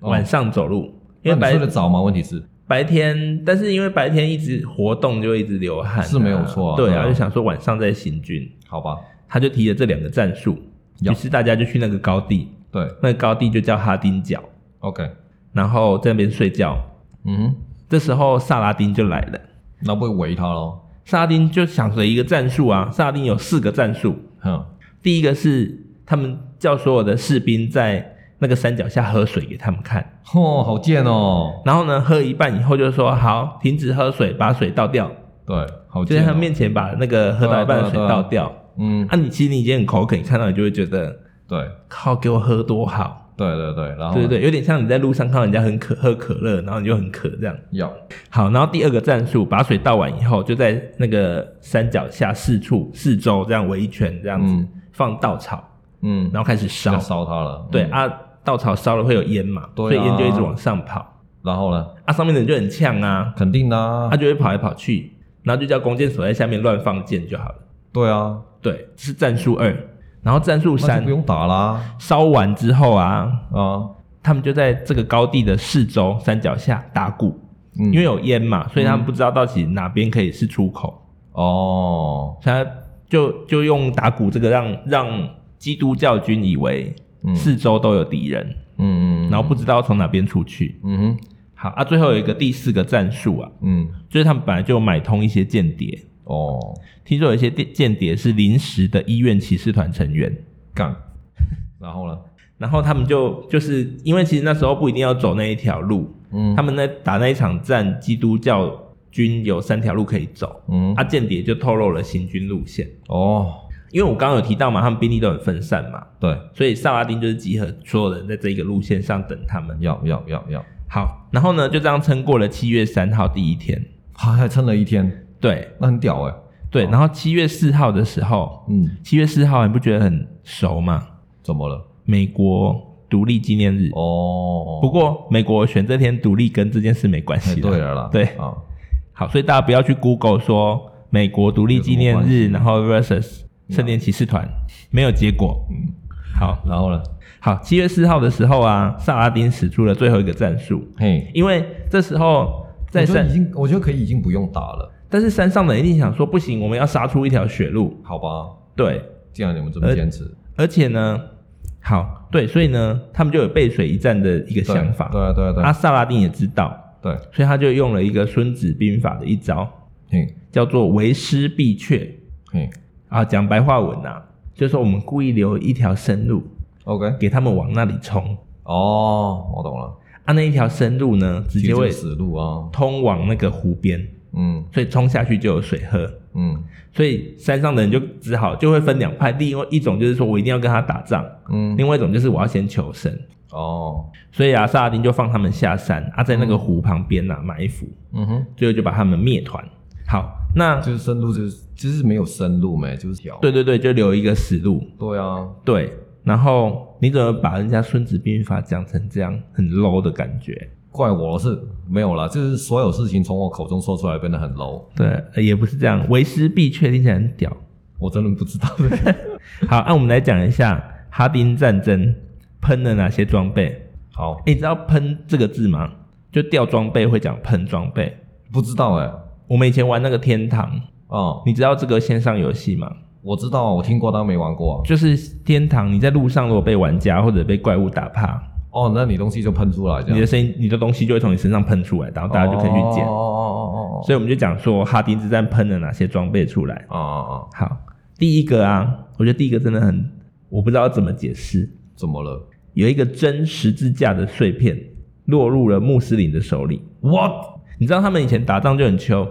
哦
晚上走路，因为
那你
白
睡得早吗？问题是，
白天，但是因为白天一直活动就会一直流汗啊、
是没有错啊
对
对啊
啊，就想说晚上再行军，
好吧，
他就提了这两个战术，
呀
于是大家就去那个高地，
对
那个高地就叫哈丁角，
，OK，
然后在那边睡觉。
嗯哼，
这时候萨拉丁就来了。
那不会围他咯？
萨拉丁就想着一个战术啊，萨拉丁有四个战术，
哼，
第一个是他们叫所有的士兵在那个山脚下喝水给他们看，
哦，好贱哦，
然后呢，喝一半以后就说好，停止喝水，把水倒掉，
对，好
就在
贱、
他
哦，
面前把那个喝到一半的水倒掉。
嗯，
啊，你其实你已经很口渴，你看到你就会觉得
对
靠，给我喝多好，
对对对，然后
对对对，有点像你在路上看到人家很渴喝可乐，然后你就很渴这样。
要
好，然后第二个战术，把水倒完以后，就在那个山脚下四处四周这样围一圈，这样子、
嗯
放稻草，
嗯，
然后开始烧
要。烧他了，
对、
嗯，
啊，稻草烧了会有烟嘛，
对啊
所以烟就一直往上跑。
然后呢？
啊，上面的人就很呛啊，
肯定啦、
他、就会跑来跑去，然后就叫弓箭手在下面乱放箭就好了。
对啊，
对，这是战术二。然后战术
那就
三
不，用打啦。
烧完之后啊，
啊，
他们就在这个高地的四周山脚下打鼓，
嗯
因为有烟嘛，所以他们不知道到底哪边可以是出口。
嗯哦，
他就就用打鼓这个让让基督教军以为
嗯
四周都有敌人，
嗯嗯，
然后不知道从哪边出去。
嗯哼，
好啊，最后有一个第四个战术啊，
嗯，
就是他们本来就买通一些间谍，
哦，
听说有一些间间谍是临时的医院骑士团成员，
干，然后呢？
然后他们就就是因为其实那时候不一定要走那一条路，
嗯，
他们在打那一场战，基督教军有三条路可以走，
嗯
啊，间谍就透露了行军路线，
哦，
因为我刚刚有提到嘛，他们兵力都很分散嘛，
对，
所以萨拉丁就是集合所有人在这一个路线上等他们。
要要要要，
好，然后呢，就这样撑过了七月三号第一天。
还还撑了一天，
对
那很屌哎、
对，然后七月四号的时候，
嗯，
七月四号你不觉得很熟吗？
怎么了？
美国独立纪念日。
哦，
不过美国选这天独立跟这件事没关
哎
系。
对了啦，
对
啊，
好，所以大家不要去 Google 说美国独立纪念日，
有什么关系
然后 versus 圣殿骑士团，没有结果。
嗯，
好
然后呢？
好，七月四号的时候啊，萨拉丁使出了最后一个战术，
嘿，
因为这时候在
我觉得
山
已，经，我觉得可以已经不用打了，
但是山上的人一定想说，不行，我们要杀出一条血路。
好吧？
对，
既然你们这么
呃
坚持，
而且呢，好对，所以呢，他们就有背水一战的一个
对
想法。啊
对啊对对
阿萨拉丁也知道，
对，
所以他就用了一个《孙子兵法》的一招，
嘿，
叫做“为师必却
嘿”
啊，讲白话文啊，就是说我们故意留一条生路
，OK，
给他们往那里冲
哦，我懂了，
啊，那一条生路呢，直
其实
接
这
会
个死路啊，
通往那个湖边，
嗯
所以冲下去就有水喝。
嗯
所以山上的人就只好就会分两派，另外一种就是说我一定要跟他打仗，
嗯，
另外一种就是我要先求生。
哦，
所以啊，萨拉丁就放他们下山啊，在那个湖旁边呐、啊、埋伏，
嗯哼，
最后就把他们灭团。好，那
就是生路就是就是没有生路没，就是条，
对对对，就留一个死路。
对啊，
对，然后你怎么把人家《孙子兵法》讲成这样很 low 的感觉？
怪我是没有啦，就是所有事情从我口中说出来变得很 low，
对，呃也不是这样，为师必却听起来很屌。
我真的不知道
好，那、我们来讲一下哈丁战争喷了哪些装备。
好，
你知道“喷”这个字吗？就掉装备会讲喷装备。
不知道哎、
我们以前玩那个天堂，
哦、
你知道这个线上游戏吗？
我知道，我听过，但没玩过、啊。
就是天堂，你在路上如果被玩家或者被怪物打趴，
哦，那你东西就喷出来，这样
你的声音、你的东西就会从你身上喷出来，然后大家就可以去捡。
哦哦哦哦
所以我们就讲说哈丁之战喷了哪些装备出来。
哦，哦哦，
好，第一个啊，我觉得第一个真的很，我不知道怎么解释，
怎么了
有一个真十字架的碎片落入了穆斯林的手里。
？What？
你知道他们以前打仗就很穷，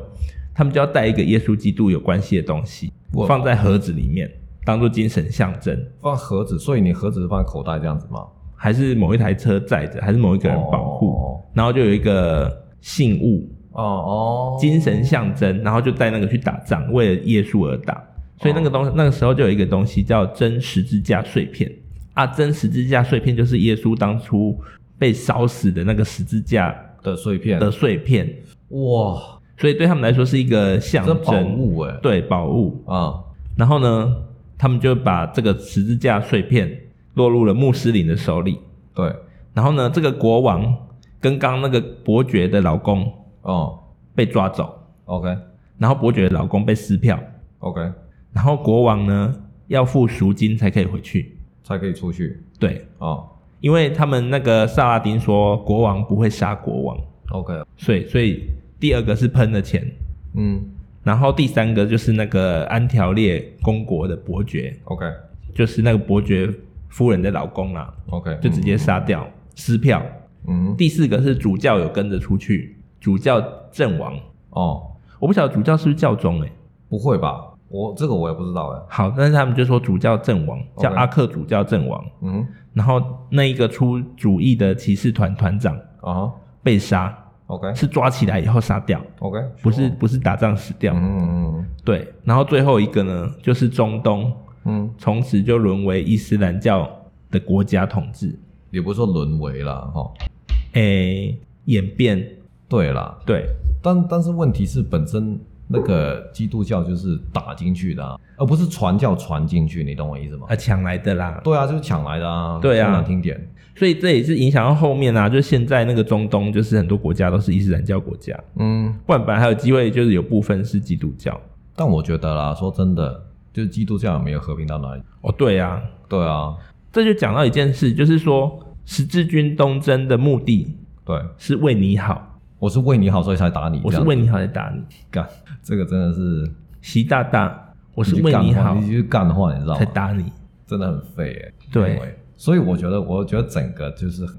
他们就要带一个耶稣基督有关系的东西
哇
放在盒子里面，当做精神象征，
放盒子，所以你盒子是放口袋这样子吗？
还是某一台车载着，还是某一个人保护，
哦
然后就有一个信物、
哦哦，
精神象征，然后就带那个去打仗，为了耶稣而打。所以那个东那个时候就有一个东西叫真十字架碎片啊，真十字架碎片就是耶稣当初被烧死的那个十字架
的碎片，
的碎片，
哇，
所以对他们来说是一个象
这宝
征。
物哎，
对宝物。
啊，
然后呢，他们就把这个十字架碎片落入了穆斯林的手里。
对，
然后呢，这个国王跟刚刚那个伯爵的老公
哦
被抓走，
，OK
然后伯爵的老公被撕票，
OK，
然后国王呢要付赎金才可以回去。
才可以出去
对，
哦
因为他们那个萨拉丁说国王不会杀国王，
，OK，
所以所以第二个是喷了钱，
嗯
然后第三个就是那个安条列公国的伯爵，
，OK
就是那个伯爵夫人的老公啦、啊
OK，
就直接杀掉撕票。
嗯嗯，嗯
第四个是主教有跟着出去，主教阵亡。
哦，
我不晓得主教是不是教宗哎、
不会吧？我这个我也不知道哎，
好，但是他们就说主教阵亡，
OK
叫阿克主教阵亡。
嗯
然后那一个出主意的骑士团团长
啊哈
被杀，
，OK
是抓起来以后杀掉，
OK，
不是不是打仗死掉。
哦嗯嗯嗯
对，然后最后一个呢，就是中东
嗯。
从此就沦为伊斯兰教的国家统治，
也不是说沦为啦，哈，
诶、演变
对啦，
对
但但是问题是本身那个基督教就是打进去的、啊，而不是传教传进去，你懂我意思吗？
啊抢来的啦，
对啊，就是抢来的啊，
对啊
说难听点，
所以这也是影响到后面啊，就现在那个中东，就是很多国家都是伊斯兰教国家，
嗯，
不然本来还有机会，就是有部分是基督教。
但我觉得啦，说真的，就是基督教也没有和平到哪里，
哦，对啊，
对啊，
这就讲到一件事，就是说十字军东征的目的
对，
是为你好，
我是为你好，所以才打你，
我
这
是
样
为你好才打你。
干，这个真的是
习大大，我
我
是为你好
你去干的话，你知道
才
吗？
打你。
真的很废哎、
对
anyway，所以我觉得，我觉得整个就是很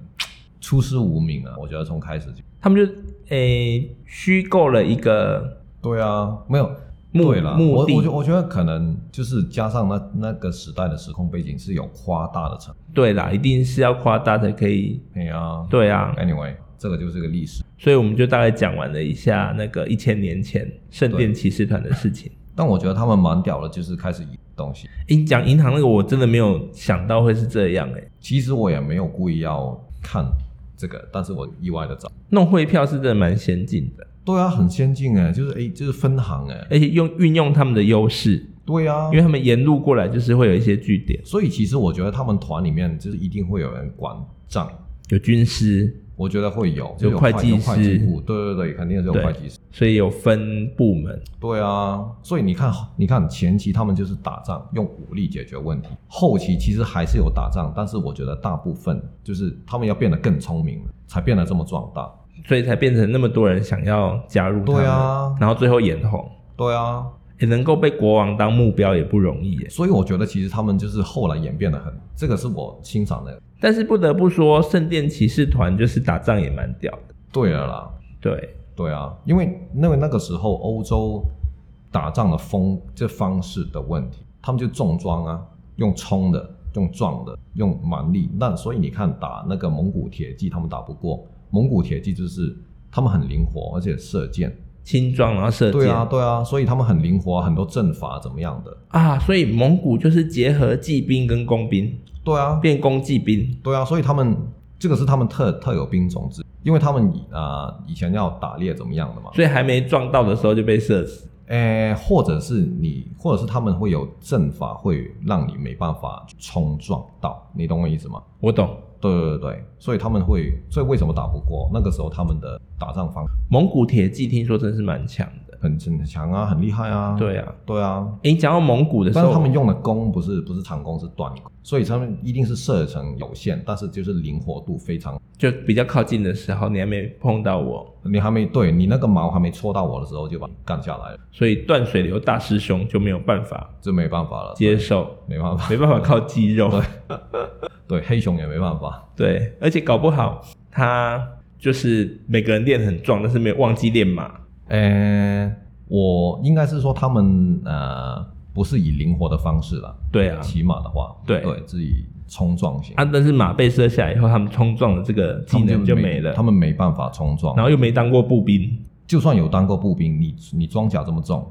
出师无名啊，我觉得从开始就。
他们就诶、虚构了一个
对啊，没有
目
对啦，
目
我
的
我觉我觉得可能就是加上那那个时代的时空背景是有夸大的成
对啦，一定是要夸大才可以。
分。哎呀、
对啊，
a n y w a y 这个就是个历史。
所以我们就大概讲完了一下那个一千年前圣殿骑士团的事情。
但我觉得他们蛮屌的，就是开始移东西。
诶，讲银行那个我真的没有想到会是这样诶，
其实我也没有故意要看这个，但是我意外的找。
弄汇票是真的蛮先进的，
对啊，很先进哎，就是哎，就是分行哎，
而且用运用他们的优势，
对啊
因，为他们沿路过来就是会有一些据点，
所以其实我觉得他们团里面就是一定会有人管账，
有军师，
我觉得会有，
有
就有
会
会
计
有会
师
计部，对对对，肯定是有
对
会计师。
所以有分部门。
对啊，所以你看，你看前期他们就是打仗，用武力解决问题；后期其实还是有打仗，但是我觉得大部分就是他们要变得更聪明了，才变得这么壮大。
所以才变成那么多人想要加入他们
对啊
然后最后眼红，
对啊，
也、能够被国王当目标也不容易耶。
所以我觉得其实他们就是后来演变得很，这个是我欣赏的。
但是不得不说，圣殿骑士团就是打仗也蛮屌的，
对了啦，
对，
对啊，因为那个那个时候欧洲打仗的风这方式的问题，他们就重装啊，用冲的，用撞的，用蛮力。那所以你看打那个蒙古铁骑，他们打不过。蒙古铁骑就是他们很灵活，而且射箭。
轻装然后射箭
对啊，对啊，所以他们很灵活，很多阵法怎么样的。
啊所以蒙古就是结合骑兵跟工兵，
对啊，
变工骑兵，
对啊，所以他们这个是他们特特有兵种之，因为他们以啊、以前要打猎怎么样的嘛。
所以还没撞到的时候就被射死。
诶，或者是你，或者是他们会有阵法，会让你没办法冲撞到，你懂我意思吗？
我懂，
对对对，所以他们会，所以为什么打不过？那个时候他们的打仗方
蒙古铁骑听说真是蛮强的。
很很强啊，很厉害啊。
对啊，
对啊，
诶，你讲到蒙古的时
但是
候，
他们用的弓不是不是长弓，是短弓，所以他们一定是射程有限，但是就是灵活度非常。
就比较靠近的时候，你还没碰到我，
你还没对你那个矛还没戳到我的时候就把你干下来了，
所以断水流大师兄就没有办法
这没办法了，
接 受，
没办法，
没办法靠肌 肉。
对黑熊也没办法。
对，而且搞不好他就是每个人练很壮，但是没有忘记练马。
呃，我应该是说他们呃不是以灵活的方式了，
对啊，
骑马的话，
对
对，是以冲撞型，
啊，但是马被射下来以后，他们冲撞的这个技
他
能
们
就没
没
了，
他们没办法冲撞，
然后又没当过步兵，
就算有当过步兵，你你装甲这么重，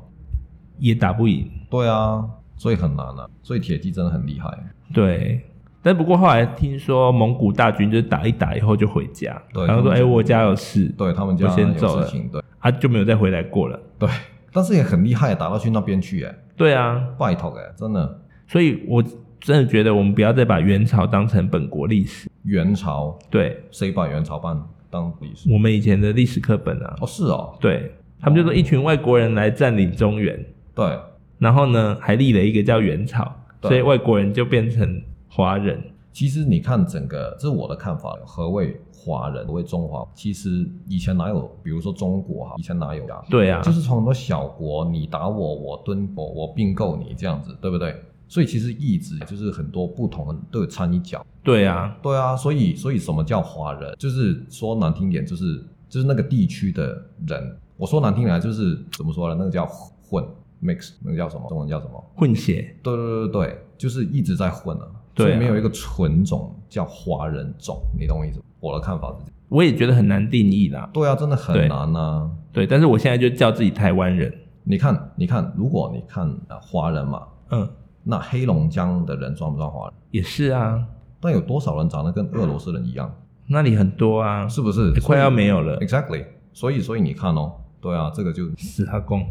也打不赢。
对啊，所以很难啊，所以铁骑真的很厉害，
对，但不过后来听说蒙古大军就是打一打以后就回家，
对
然后说：“
他
哎、
们就
我家有事。”
对他们家
我先走
有
了
事情，对
啊，就没有再回来过了。
对，但是也很厉害，打到去那边去，哎，
对啊，
拜托哎，真的。
所以我真的觉得我们不要再把元朝当成本国历史。
元朝
对
谁把元朝办当历史？
我们以前的历史课本啊，
哦，是哦，
对他们就说一群外国人来占领中原，
对，
然后呢还立了一个叫元朝，
对
所以外国人就变成华人。
其实你看整个，这是我的看法。何谓华人？何谓中华？其实以前哪有，比如说中国哈，以前哪有呀、
对啊，
就是从很多小国，你打我，我蹲我，我并购你这样子，对不对？所以其实一直就是很多不同的都有掺一脚。
对啊，
对啊，所以所以什么叫华人？就是说难听点，就是就是那个地区的人。我说难听点就是怎么说呢？那个叫混 mix，那个叫什么？中文叫什么？
混血。
对对对对，就是一直在混啊，
对啊
所以没有一个纯种叫华人种，你懂我意思吗？我的看法是这样，
我也觉得很难定义啦，
对啊，真的
对
很难啊。
对，但是我现在就叫自己台湾人，
你看，你看，如果你看呃华人嘛，
嗯，
那黑龙江的人算不算华人？
也是啊，
但有多少人长得跟俄罗斯人一样？
那里很多啊，
是不是？
欸快要没有了
所以。exactly，所以所以你看哦，对啊，这个就
死他公。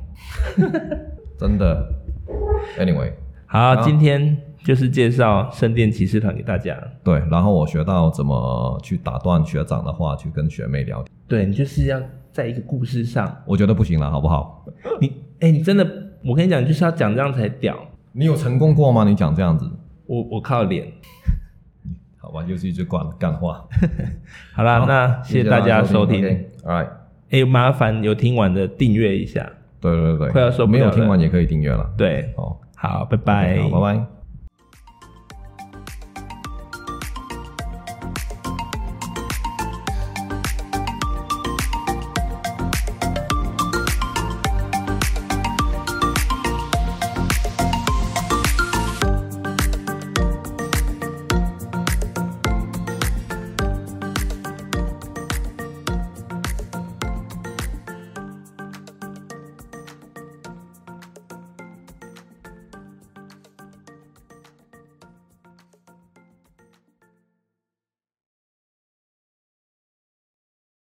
真的。Anyway，
好，今天就是介绍圣殿骑士团给大家。
对，然后我学到怎么去打断学长的话，去跟学妹聊天，
对你就是要在一个故事上，
我觉得不行了，好不好？
你哎、你真的，我跟你讲，就是要讲这样才屌。
你有成功过吗？你讲这样子。
我我靠脸。
好吧，又是一句干干话。
好啦，那 谢谢大家收听。哎、
哎，
麻烦有听完的订阅一下。
对对对，
快要受不了
没有
了
听完也可以订阅了。
对，
好，
好，拜拜，
好，拜拜。